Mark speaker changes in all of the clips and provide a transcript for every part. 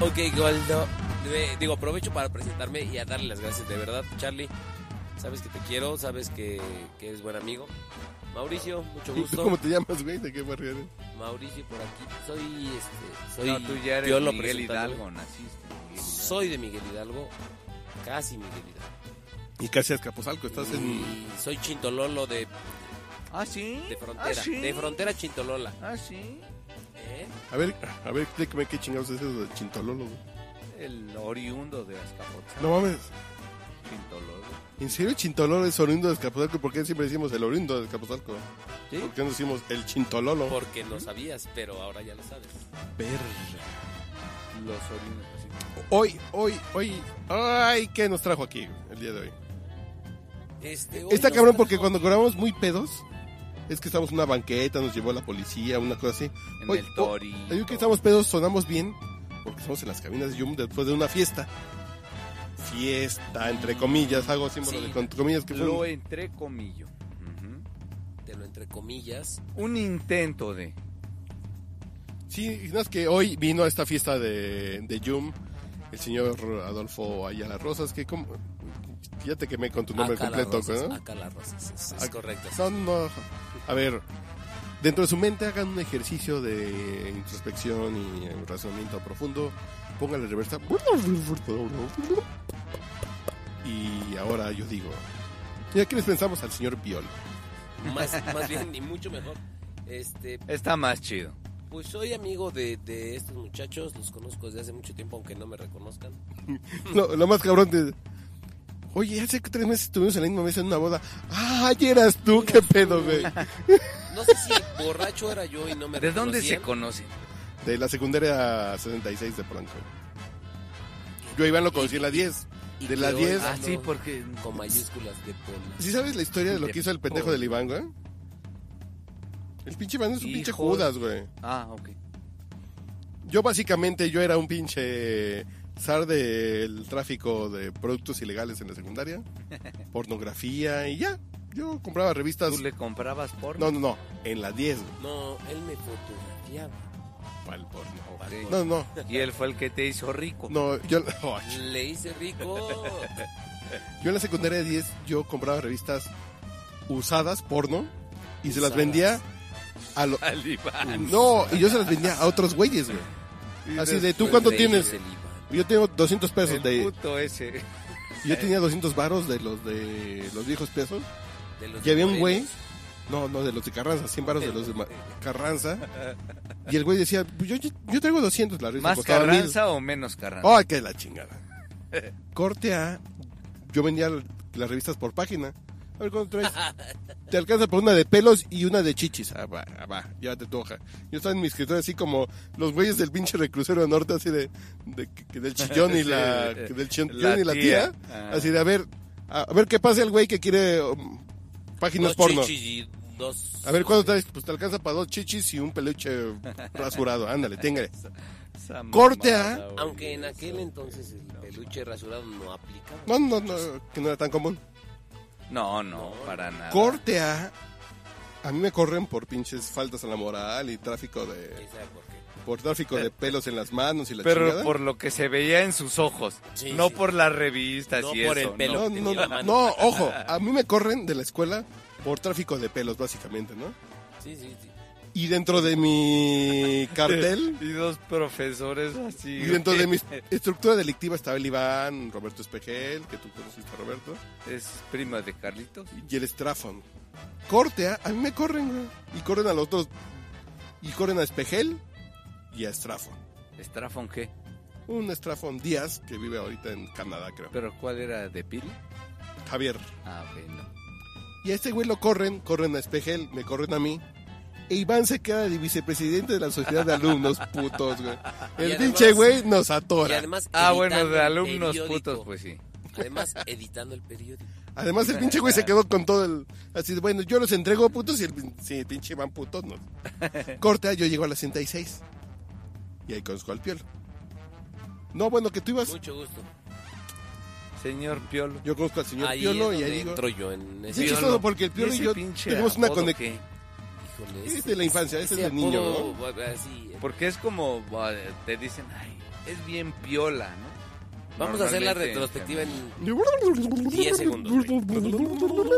Speaker 1: Ok, Goldo. Eh, Digo, aprovecho para presentarme y a darle las gracias de verdad, Charlie. Sabes que te quiero, sabes que, que eres buen amigo. Mauricio, mucho
Speaker 2: ¿Y tú cómo
Speaker 1: gusto.
Speaker 2: te llamas, güey? ¿De qué barrio eres?
Speaker 1: Mauricio, por aquí. Soy este. Soy
Speaker 3: No, tú ya eres
Speaker 1: yo lo
Speaker 3: Miguel
Speaker 1: presentando.
Speaker 3: Hidalgo, naciste. Miguel Hidalgo.
Speaker 1: Soy de Miguel Hidalgo. Casi Miguel Hidalgo.
Speaker 2: Y casi a Capozalco, estás en...
Speaker 1: Y soy Chintololo de,
Speaker 3: Ah, sí.
Speaker 1: de Frontera.
Speaker 3: Ah, sí.
Speaker 1: De Frontera a Chintolola.
Speaker 3: Ah, sí.
Speaker 1: ¿Eh?
Speaker 2: A ver, a ver, explícame qué chingados es eso de Chintololo, güey.
Speaker 3: El oriundo de Azcapotzalco.
Speaker 2: No mames.
Speaker 3: Chintololo.
Speaker 2: ¿En serio Chintololo es oriundo de Escapozalco? ¿Por qué siempre decimos el oriundo de Escapozalco?
Speaker 3: ¿Sí?
Speaker 2: ¿Por qué no decimos el Chintololo?
Speaker 1: Porque no sabías, pero ahora ya lo sabes.
Speaker 3: Los oriundos. pues, así.
Speaker 2: Hoy, hoy, hoy... ¡Ay! ¿Qué nos trajo aquí el día de hoy?
Speaker 1: Este, hoy
Speaker 2: Está
Speaker 1: nos
Speaker 2: cabrón
Speaker 1: trajo-
Speaker 2: porque cuando grabamos muy pedos, es que estamos en una banqueta, nos llevó la policía, una cosa así.
Speaker 3: En
Speaker 2: Hoy-
Speaker 3: el Tori.
Speaker 2: Hoy que estamos pedos, sonamos bien, porque estamos en las cabinas de Yum después de una fiesta. Fiesta, entre comillas, hago símbolo
Speaker 1: Sí.
Speaker 2: de con- comillas que fue
Speaker 3: Lo
Speaker 2: un-
Speaker 3: entre comillo. Ujú.
Speaker 1: Te lo entre comillas.
Speaker 3: Un intento de.
Speaker 2: Sí, no es que hoy vino a esta fiesta de, de Yum el señor Adolfo Ayala Rosas, que como... Ya te quemé con tu nombre
Speaker 1: Acá las
Speaker 2: completo,
Speaker 1: Ah, rosas,
Speaker 2: ¿no?
Speaker 1: Acá las rosas. Es, es
Speaker 2: Ac-
Speaker 1: correcto.
Speaker 2: No, no. A ver, dentro de su mente hagan un ejercicio de introspección y eh, razonamiento profundo. Pónganle reversa. Y ahora yo digo, ¿y a qué les pensamos al señor Piol?
Speaker 1: Más, más bien y mucho mejor. Este,
Speaker 3: Está más chido.
Speaker 1: pues soy amigo de, de estos muchachos, los conozco desde hace mucho tiempo, aunque no me reconozcan.
Speaker 2: Lo, lo más cabrón de... Oye, hace que tres meses estuvimos en la misma mesa en una boda. ¡Ah, ayer eras tú! ¡Qué pedo, güey!
Speaker 1: No sé si borracho era yo y no me
Speaker 3: ¿De dónde se
Speaker 1: reconocían.
Speaker 3: conocen?
Speaker 2: De la secundaria 66 de Polanco. Yo a Iván lo conocí en la 10.
Speaker 1: Y
Speaker 2: de la
Speaker 1: que hoy
Speaker 2: 10.
Speaker 3: Ah,
Speaker 1: ando
Speaker 3: sí, porque.
Speaker 1: Con mayúsculas de pola.
Speaker 2: ¿Sí sabes la historia de lo que hizo el pendejo del Iván, güey? El pinche Iván es un pinche
Speaker 3: Hijo.
Speaker 2: Judas, güey.
Speaker 3: Ah, ok.
Speaker 2: Yo básicamente, yo era un pinche zar del tráfico de productos ilegales en la secundaria. Pornografía y ya. Yo compraba revistas...
Speaker 3: ¿Tú le comprabas por?
Speaker 2: No, no, no. En la 10, güey.
Speaker 1: No, él me fotografiaba.
Speaker 2: Pa'l porno.
Speaker 1: Pa'l
Speaker 3: Sí.
Speaker 2: No, no.
Speaker 3: Y él fue el que te hizo rico.
Speaker 2: No, yo... oh,
Speaker 1: Le hice rico.
Speaker 2: Yo en la secundaria de 10 yo compraba revistas usadas, porno, y se las
Speaker 1: Usadas.
Speaker 2: vendía a los...
Speaker 3: Al Iván.
Speaker 2: No, y yo se las vendía a otros güeyes, güey.
Speaker 3: Y
Speaker 2: Así de,
Speaker 3: después
Speaker 2: ¿tú cuánto
Speaker 1: Le
Speaker 2: tienes?
Speaker 1: hice el Iván.
Speaker 2: Yo tengo 200 pesos
Speaker 3: El
Speaker 2: de...
Speaker 3: puto ese.
Speaker 2: Yo tenía 200 varos de los de los viejos pesos.
Speaker 1: De los
Speaker 2: Y había un
Speaker 1: morenos.
Speaker 2: güey... No, no, de los de Carranza, 100 varos de los de Ma- Carranza. Y el güey decía, yo, yo, yo traigo 200, la revista
Speaker 3: ¿Más
Speaker 2: costaba mil.
Speaker 3: carranza o menos carranza?
Speaker 2: ¡Ay, qué la chingada! Corte A. Yo vendía l- las revistas por página. A ver, ¿cuánto traes? Te alcanza por una de pelos y una de chichis. Ah, va, ah, va, llévate tu hoja. Yo estaba en mi escritorio así como los güeyes del pinche reclusero norte, así de, de- que- que del chillón y
Speaker 3: Sí,
Speaker 2: la,
Speaker 3: eh,
Speaker 2: que del chillón
Speaker 3: la
Speaker 2: y la tía.
Speaker 3: tía. Ah.
Speaker 2: Así de, a ver, a, a ver qué pasa el güey que quiere um, páginas
Speaker 1: Dos
Speaker 2: porno.
Speaker 1: chichis y dos-
Speaker 2: A ver, ¿cuánto traes? Pues te alcanza para dos chichis y un peluche rasurado. Ándale, téngale.
Speaker 3: Esa
Speaker 2: Corte
Speaker 3: mamada,
Speaker 2: A.
Speaker 3: güey,
Speaker 1: Aunque en
Speaker 3: eso.
Speaker 1: aquel entonces el peluche rasurado no aplicaba.
Speaker 2: No, no, no, que no era tan común.
Speaker 3: No, no, para nada.
Speaker 2: Corte a. A mí me corren por pinches faltas a la moral y tráfico de.
Speaker 1: ¿Quién sabe por qué?
Speaker 2: Por tráfico de pelos en las manos y la
Speaker 3: Pero
Speaker 2: chingada.
Speaker 3: por lo que se veía en sus ojos.
Speaker 1: Sí,
Speaker 3: no
Speaker 1: sí.
Speaker 3: por las revistas
Speaker 1: No
Speaker 3: y
Speaker 1: por
Speaker 3: eso,
Speaker 1: el pelo.
Speaker 2: No,
Speaker 1: que tenía la
Speaker 2: no,
Speaker 1: mano.
Speaker 2: no, ojo. A mí me corren de la escuela por tráfico de pelos, básicamente, ¿no?
Speaker 1: Sí, sí, sí.
Speaker 2: Y dentro de mi cartel.
Speaker 3: Y dos profesores así.
Speaker 2: Y dentro de mi estructura delictiva estaba el Iván, Roberto Espejel, que tú conociste a Roberto,
Speaker 3: Es prima de Carlitos.
Speaker 2: y el Strafon. Corte, a, a mí me corren, güey. Y corren a los otros. Y corren a Espejel y a Strafon.
Speaker 3: ¿Estrafón qué?
Speaker 2: Un Strafon Díaz que vive ahorita en Canadá, creo.
Speaker 3: ¿Pero cuál era? ¿De Pil?
Speaker 2: Javier.
Speaker 3: Ah, bueno.
Speaker 2: Y a este güey lo corren, corren a Espejel, me corren a mí. E Iván se queda de vicepresidente de la sociedad de alumnos putos, güey.
Speaker 1: Y
Speaker 2: El
Speaker 1: además-
Speaker 2: pinche güey nos
Speaker 1: Y
Speaker 2: atora.
Speaker 1: además,
Speaker 3: Ah,
Speaker 1: editando
Speaker 3: bueno, de
Speaker 1: el
Speaker 3: alumnos
Speaker 1: periódico.
Speaker 3: putos, pues sí.
Speaker 1: Además, editando el periódico.
Speaker 2: Además, el pinche güey se quedó con todo el. Así de, bueno, yo los entrego putos y el, pin- sí, el pinche Iván putos no. Corta, yo llego a las 66. Y ahí conozco al piolo. No, bueno, que tú ibas.
Speaker 1: Mucho gusto.
Speaker 3: Señor Piolo.
Speaker 2: Yo conozco al señor
Speaker 1: Ahí es
Speaker 2: Piolo y
Speaker 1: donde
Speaker 2: ahí digo.
Speaker 1: entro yo en
Speaker 2: Sí,
Speaker 1: ese...
Speaker 2: chistoso, porque el Piolo y
Speaker 3: ese
Speaker 2: yo
Speaker 3: pinche
Speaker 2: tenemos una
Speaker 3: apodo
Speaker 2: conec-
Speaker 3: que-
Speaker 1: Híjole.
Speaker 2: Es de la infancia, ese es de niño,
Speaker 1: apodo, va- así, eh.
Speaker 3: Porque es como, eh, te dicen, ay, es bien piola, ¿no?
Speaker 1: Vamos a hacer la
Speaker 3: Normalmente,
Speaker 1: retrospectiva
Speaker 3: en-
Speaker 1: en 10 segundos. güey.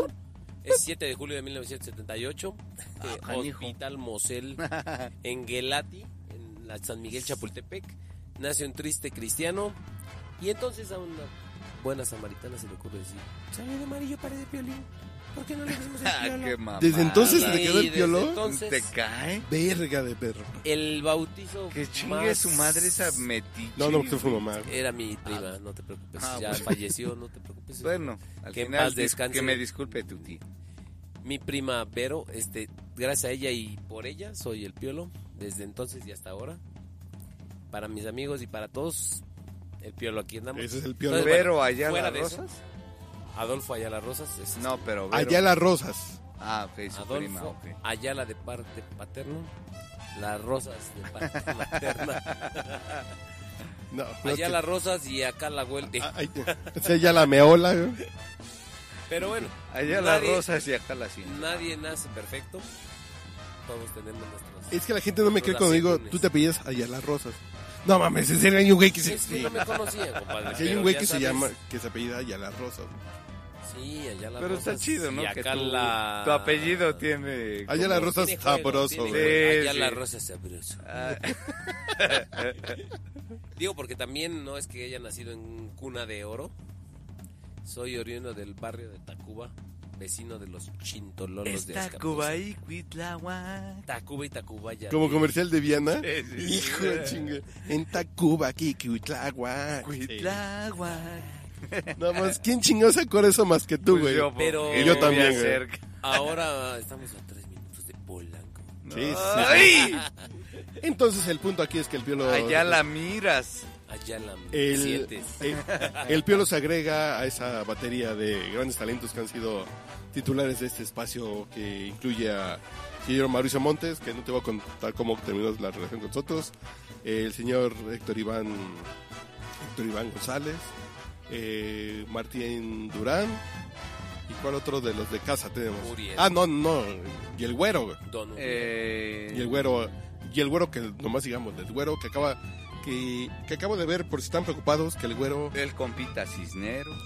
Speaker 1: Es 7 de julio de 1978. eh,
Speaker 3: Ah, canijo.
Speaker 1: Hospital Mosel en Gelati, en la San Miguel Chapultepec. Nace un triste cristiano. Y entonces a una buena samaritana se le ocurre decir: Salió de amarillo, parece piolín. ¿Por qué no le decimos
Speaker 3: Ah,
Speaker 1: el
Speaker 3: qué
Speaker 1: piolín?
Speaker 3: mamada.
Speaker 2: Desde entonces se te
Speaker 1: Y
Speaker 2: quedó el
Speaker 1: desde
Speaker 2: piolón.
Speaker 1: entonces,
Speaker 3: ¿Te cae?
Speaker 2: Verga de perro.
Speaker 1: el bautizo.
Speaker 3: Que chingue
Speaker 1: más-
Speaker 3: su madre esa metiche.
Speaker 2: No, no, porque fue mamá.
Speaker 1: Era mi prima, no te preocupes.
Speaker 3: Ah,
Speaker 1: ya
Speaker 3: bueno.
Speaker 1: falleció, no te preocupes.
Speaker 3: Bueno, al
Speaker 1: Que en
Speaker 3: final,
Speaker 1: paz
Speaker 3: dis-
Speaker 1: descanse.
Speaker 3: que me disculpe tu tío.
Speaker 1: mi prima Vero, este, gracias a ella y por ella soy el piolo desde entonces y hasta ahora. Para mis amigos y para todos, el piolo aquí andamos.
Speaker 2: Ese es el
Speaker 1: Pero
Speaker 2: piolón.
Speaker 1: Entonces,
Speaker 3: ¿Pero
Speaker 1: bueno,
Speaker 3: allá
Speaker 1: fuera
Speaker 3: las
Speaker 1: de eso.
Speaker 3: rosas?
Speaker 1: Adolfo Ayala Rosas es
Speaker 3: No, pero Vero.
Speaker 2: Allá las rosas.
Speaker 3: Ah, ok, su prima,
Speaker 1: Adolfo
Speaker 3: ok.
Speaker 1: Ayala de parte paterno, las Rosas de parte materna.
Speaker 2: No, no,
Speaker 1: Allá
Speaker 2: que-
Speaker 1: las Rosas y acá la vuelta.
Speaker 2: Ah, ahí te- o sea, ya la meola. güey.
Speaker 1: Pero bueno,
Speaker 3: Allá las
Speaker 1: Nadie-
Speaker 3: rosas y acá las cien.
Speaker 1: nadie nace perfecto. Todos tenemos nuestras.
Speaker 2: Es que la gente no me cree cuando digo,
Speaker 1: Relaciones.
Speaker 2: tú te apellidas allá las rosas. No mames, en serio hay un güey que se...
Speaker 1: Es que no me conocía, compadre.
Speaker 2: Aquí hay
Speaker 1: pero
Speaker 2: un güey
Speaker 1: ya
Speaker 2: que se
Speaker 1: sabes,
Speaker 2: llama, que se apellida allá las rosas.
Speaker 1: Sí, allá la
Speaker 3: Pero está
Speaker 1: Rosas
Speaker 3: chido, ¿no?
Speaker 1: y
Speaker 3: Que
Speaker 1: acá
Speaker 3: tu,
Speaker 1: la-
Speaker 3: tu apellido tiene...
Speaker 2: Allá las rosas
Speaker 1: Tiene juego,
Speaker 2: sabroso,
Speaker 1: tiene
Speaker 2: güey.
Speaker 1: juego.
Speaker 3: Sí,
Speaker 1: Allá
Speaker 3: sí.
Speaker 1: la rosa sabroso.
Speaker 3: Ah,
Speaker 1: Digo, porque también no es que haya nacido en cuna de oro. Soy oriundo del barrio de Tacuba, vecino de los chintololos de
Speaker 3: Está
Speaker 1: Azcapotzalco.
Speaker 3: Cuba y Cuitlahuac.
Speaker 1: Tacuba y Tacubaya.
Speaker 2: Como comercial de Viana.
Speaker 3: Sí, sí, sí.
Speaker 2: Hijo de chingue. En Tacuba, aquí, Cuitlagua.
Speaker 3: Cuitlahuac.
Speaker 2: Nada más, pues, ¿quién chingado se acuerda de eso más que tú,
Speaker 3: Pues
Speaker 2: güey?
Speaker 3: yo,
Speaker 1: Pero-
Speaker 3: porque
Speaker 1: Y yo
Speaker 3: vivía
Speaker 2: también, güey.
Speaker 3: cerca.
Speaker 1: Ahora estamos a tres minutos de Polanco.
Speaker 2: Sí, sí.
Speaker 3: ¡Ay!
Speaker 2: Entonces, el punto aquí es que el piolo.
Speaker 3: Allá la miras.
Speaker 1: Allá la
Speaker 2: El,
Speaker 1: siete.
Speaker 2: el, el Piolo se agrega a esa batería de grandes talentos que han sido titulares de este espacio que incluye a señor Mauricio Montes, que no te voy a contar cómo terminó la relación con nosotros, el señor Héctor Iván, Héctor Iván González, eh, Martín Durán, y cuál otro de los de casa tenemos.
Speaker 1: Uriel.
Speaker 2: Ah, no, no, y el güero, güey.
Speaker 1: Don Uriel.
Speaker 3: Eh,
Speaker 2: Y el güero, y el güero que nomás digamos, el güero que acaba que, que acabo de ver por si están preocupados que el güero
Speaker 3: El compita Cisneros.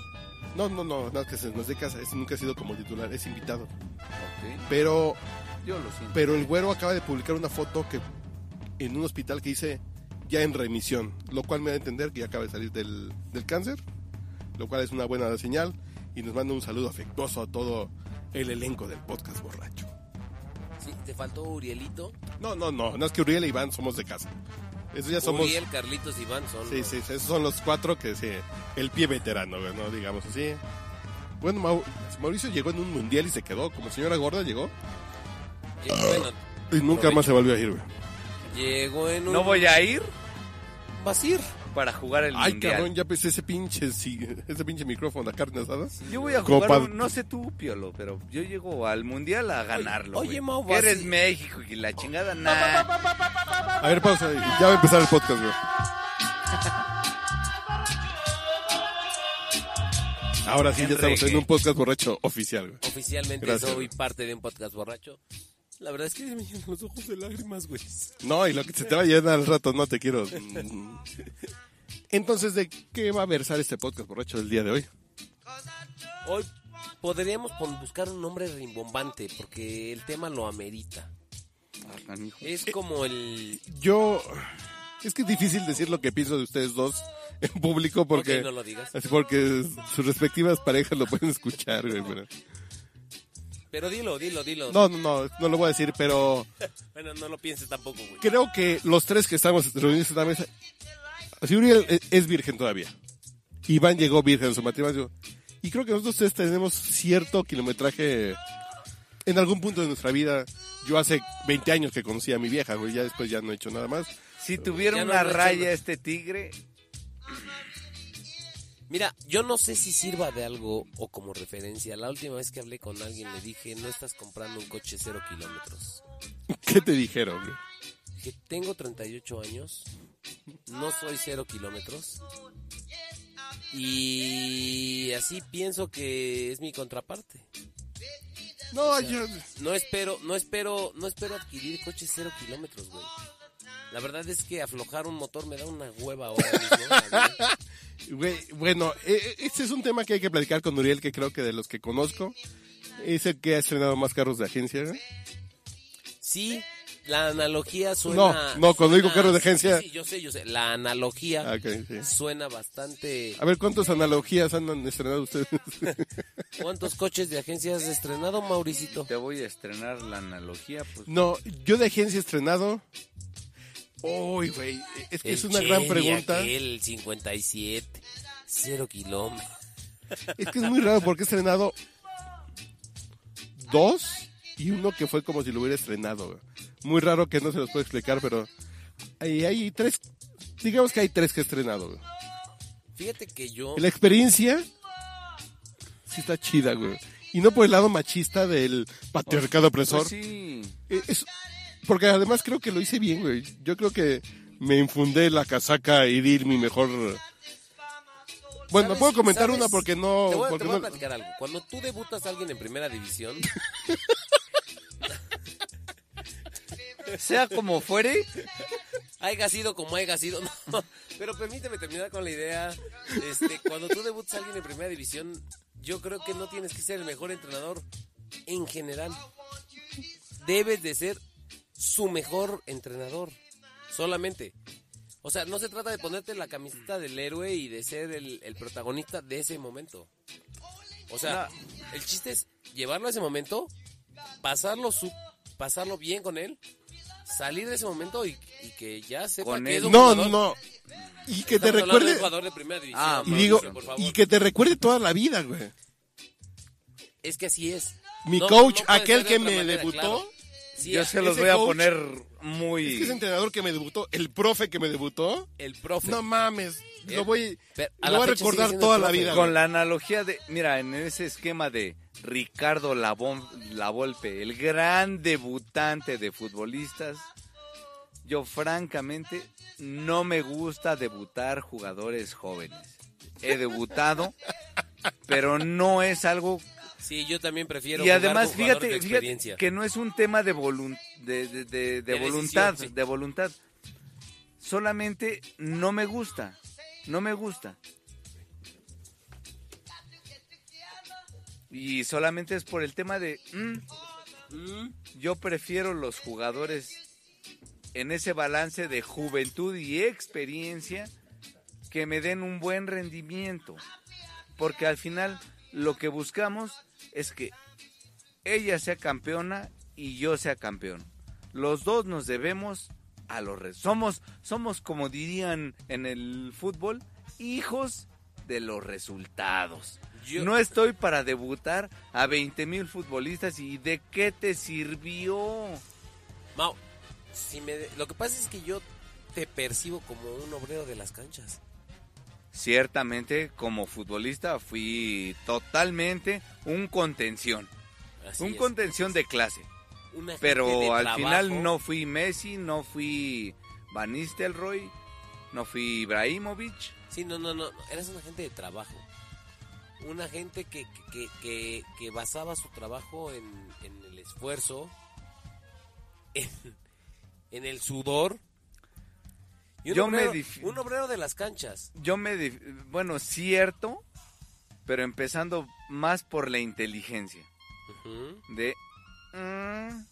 Speaker 2: no no no no que se nos dé casa, ese nunca ha sido como titular, es invitado.
Speaker 3: Ok.
Speaker 2: Pero
Speaker 3: Yo lo siento.
Speaker 2: pero el güero acaba de publicar una foto que en un hospital que dice ya en remisión, lo cual me da a entender que ya acaba de salir del, del cáncer, lo cual es una buena señal y nos manda un saludo afectuoso a todo el elenco del podcast borracho.
Speaker 1: Sí, te faltó Urielito.
Speaker 2: No, no, no, no es que Uriel e Iván somos de casa. Eso ya somos
Speaker 1: Uriel, Carlitos, Iván son.
Speaker 2: Sí, sí, esos son los cuatro que sí. El pie veterano, güey, ¿no? Digamos así. Bueno, Mau- Mauricio llegó en un mundial y se quedó. Como señora gorda llegó.
Speaker 1: Y- Eh, bueno,
Speaker 2: Y nunca más se volvió a ir, güey.
Speaker 1: llegó en un.
Speaker 3: No voy a ir
Speaker 1: Vas a ir.
Speaker 3: para jugar el
Speaker 2: Ay,
Speaker 3: mundial.
Speaker 2: cabrón, ya pensé ese pinche, sí, ese pinche micrófono a carne asada.
Speaker 3: Yo voy a
Speaker 2: Como
Speaker 3: jugar,
Speaker 2: pa-
Speaker 3: un- no sé tú, Piolo, pero yo llego al mundial a ganarlo.
Speaker 1: oye,
Speaker 3: güey.
Speaker 1: Mau,
Speaker 3: Que Eres
Speaker 1: vas-
Speaker 3: México y la chingada, nada.
Speaker 2: A ver, pausa. Ya va a empezar el podcast, güey. Ahora sí, ya estamos en un podcast borracho oficial, güey.
Speaker 1: Oficialmente
Speaker 2: Gracias.
Speaker 1: soy parte de un podcast borracho. La verdad es que se me llenan los ojos de lágrimas, güey.
Speaker 2: No, y lo que se te va a llenar al rato, no te quiero. Entonces, ¿de qué va a versar este podcast borracho del día de hoy?
Speaker 1: Hoy podríamos pon- buscar un nombre rimbombante porque el tema lo amerita.
Speaker 3: Ah, canijo.
Speaker 2: Eh,
Speaker 1: Es como el...
Speaker 2: Yo. Es que es difícil decir lo que pienso de ustedes dos en público porque.
Speaker 1: Ok, no lo digas.
Speaker 2: así porque sus respectivas parejas lo pueden escuchar, güey, pero-
Speaker 1: Pero dilo, dilo, dilo.
Speaker 2: No, no, no, no lo voy a decir, pero
Speaker 1: Bueno, no lo pienses tampoco, güey.
Speaker 2: creo que los tres que estamos reunidos en la mesa. Así Uriel es- es virgen todavía. Iván llegó virgen en su matrimonio. Y creo que nosotros tres tenemos cierto kilometraje en algún punto de nuestra vida. Yo hace 20 años que conocí a mi vieja, güey, ya después ya no he hecho nada más.
Speaker 3: Si tuviera
Speaker 1: Ya no
Speaker 3: una
Speaker 1: me
Speaker 3: raya
Speaker 1: echan-
Speaker 3: este tigre,
Speaker 1: Mira, yo no sé si sirva de algo o como referencia. La última vez que hablé con alguien le dije, no estás comprando un coche cero kilómetros.
Speaker 2: ¿Qué te dijeron, güey?
Speaker 1: Dije, tengo 38 años, no soy cero kilómetros. Y así pienso que es mi contraparte.
Speaker 2: No, yo.
Speaker 1: No espero, no espero, no espero adquirir coches cero kilómetros, güey. La verdad es que aflojar un motor me da una hueva ahora mismo. la verdad.
Speaker 2: Güey, bueno, eh, eh, este es un tema que hay que platicar con Uriel, que creo que de los que conozco, es el que ha estrenado más carros de agencia. ¿eh?
Speaker 1: Sí, la analogía suena.
Speaker 2: No, no, cuando digo
Speaker 1: suena-
Speaker 2: carros de agencia-
Speaker 1: Sí, sí, yo sé, yo sé. La analogía
Speaker 2: Ah, ok, sí.
Speaker 1: suena bastante.
Speaker 2: A ver, ¿cuántas analogías han estrenado ustedes?
Speaker 1: ¿Cuántos coches de agencia has estrenado, Mauricito?
Speaker 3: Te voy a estrenar la analogía, pues.
Speaker 2: no, yo de agencia he estrenado. Uy, güey, es que es
Speaker 1: El
Speaker 2: una gran
Speaker 1: Chevy
Speaker 2: pregunta.
Speaker 1: aquel, 57, cero kilómetros.
Speaker 2: Es que es muy raro porque he estrenado dos y uno que fue como si lo hubiera estrenado. güey. Muy raro que no se los puedo explicar, pero hay, hay tres, digamos que hay tres que he estrenado. güey.
Speaker 1: Fíjate que yo.
Speaker 2: La experiencia sí está chida, güey. Y no por el lado machista del patriarcado opresor.
Speaker 3: Pues sí.
Speaker 2: Eh, es- porque además creo que lo hice bien, güey. Yo creo que me infundé la casaca y di mi mejor... Bueno,
Speaker 1: ¿Sabes-
Speaker 2: puedo comentar
Speaker 1: sabes?
Speaker 2: una porque no...
Speaker 1: Te voy, a-
Speaker 2: porque
Speaker 1: te voy a
Speaker 2: no-
Speaker 1: platicar algo. Cuando tú debutas a alguien en primera división,
Speaker 3: Sea como fuere,
Speaker 1: haya sido como haya sido, no. Pero permíteme terminar con la idea. Este, cuando tú debutas a alguien en primera división, yo creo que no tienes que ser el mejor entrenador en general. Debes de ser su mejor entrenador. Solamente. O sea, no se trata de ponerte la camiseta del héroe y de ser el, el protagonista de ese momento. O sea, el chiste es llevarlo a ese momento, pasarlo, su, pasarlo bien con él, salir de ese momento y, y que ya sepa
Speaker 3: Con
Speaker 1: que
Speaker 3: él.
Speaker 1: es un
Speaker 2: No,
Speaker 1: jugador-
Speaker 2: no. Y que te
Speaker 1: Estamos hablando de un
Speaker 2: recuerde.
Speaker 1: jugador de primera división,
Speaker 3: Ah,
Speaker 2: Y
Speaker 1: Mauricio,
Speaker 2: digo,
Speaker 1: por favor.
Speaker 2: y que te recuerde toda la vida, güey.
Speaker 1: Es que así es.
Speaker 2: Mi
Speaker 1: No,
Speaker 2: coach,
Speaker 1: no puede
Speaker 2: aquel
Speaker 1: ser de
Speaker 2: que
Speaker 1: otra
Speaker 2: me
Speaker 1: manera,
Speaker 2: debutó,
Speaker 1: claro. Sí,
Speaker 3: yo se los
Speaker 2: ese
Speaker 3: voy a
Speaker 2: coach-
Speaker 3: poner
Speaker 2: es que ese
Speaker 3: muy.
Speaker 2: entrenador que me debutó, el profe que me debutó,
Speaker 1: el profe.
Speaker 2: no mames, lo voy,
Speaker 1: Pero a
Speaker 2: lo
Speaker 1: la
Speaker 2: voy a
Speaker 1: fecha sigue
Speaker 2: recordar
Speaker 1: siendo
Speaker 2: toda
Speaker 1: el
Speaker 2: la
Speaker 1: profe.
Speaker 2: vida.
Speaker 3: Con la analogía de. Mira, en ese esquema de Ricardo Labón, Lavolpe, el gran debutante de futbolistas. Yo, francamente, no me gusta debutar jugadores jóvenes. He debutado, pero no es algo
Speaker 1: Sí, yo también prefiero
Speaker 3: y
Speaker 1: jugar
Speaker 3: además
Speaker 1: con jugadores
Speaker 3: fíjate,
Speaker 1: de
Speaker 3: fíjate
Speaker 1: experiencia.
Speaker 3: que no es un tema de volun- de, de- de- de
Speaker 1: De
Speaker 3: voluntad
Speaker 1: decisión, sí.
Speaker 3: de voluntad solamente no me gusta no me gusta y solamente es por el tema de mm, yo prefiero los jugadores en ese balance de juventud y experiencia que me den un buen rendimiento porque al final lo que buscamos es que ella sea campeona y yo sea campeón. Los dos nos debemos a los re- somos somos como dirían en el fútbol hijos de los resultados.
Speaker 1: Yo-
Speaker 3: No estoy para debutar a 20 mil futbolistas y de qué te sirvió.
Speaker 1: Mau, si me de- lo que pasa es que yo te percibo como un obrero de las canchas.
Speaker 3: Ciertamente como futbolista fui totalmente un contención,
Speaker 1: Así
Speaker 3: un
Speaker 1: es.
Speaker 3: contención de clase.
Speaker 1: Un agente de
Speaker 3: Pero al
Speaker 1: trabajo.
Speaker 3: final no fui Messi, no fui Van Nistelrooy, no fui Ibrahimovic.
Speaker 1: Sí, no, no, no. Eras un agente de trabajo. Un agente que, que, que, que basaba su trabajo en, en el esfuerzo, en, en el sudor. Y un,
Speaker 3: Yo me
Speaker 1: obrero,
Speaker 3: dif-
Speaker 1: un obrero de las canchas.
Speaker 3: Yo me... dif- Bueno, cierto, pero empezando más por la inteligencia.
Speaker 1: Ujú.
Speaker 3: De... mm,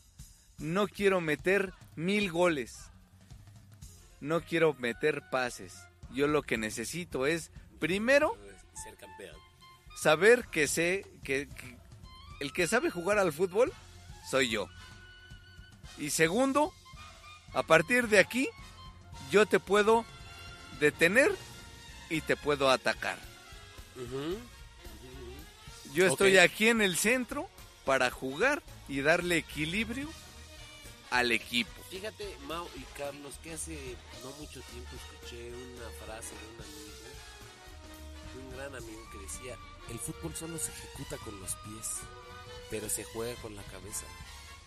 Speaker 3: no quiero meter mil goles. No quiero meter pases. Yo lo que necesito es, primero,
Speaker 1: Ser campeón.
Speaker 3: saber que sé que, que el que sabe jugar al fútbol soy yo. Y segundo, a partir de aquí yo te puedo detener y te puedo atacar.
Speaker 1: Ujú.
Speaker 3: Yo
Speaker 1: Ok.
Speaker 3: estoy aquí en el centro para jugar y darle equilibrio al equipo.
Speaker 1: Fíjate, Mau y Carlos, que hace no mucho tiempo escuché una frase de un amigo, de un gran amigo que decía, el fútbol solo se ejecuta con los pies, pero se juega con la cabeza.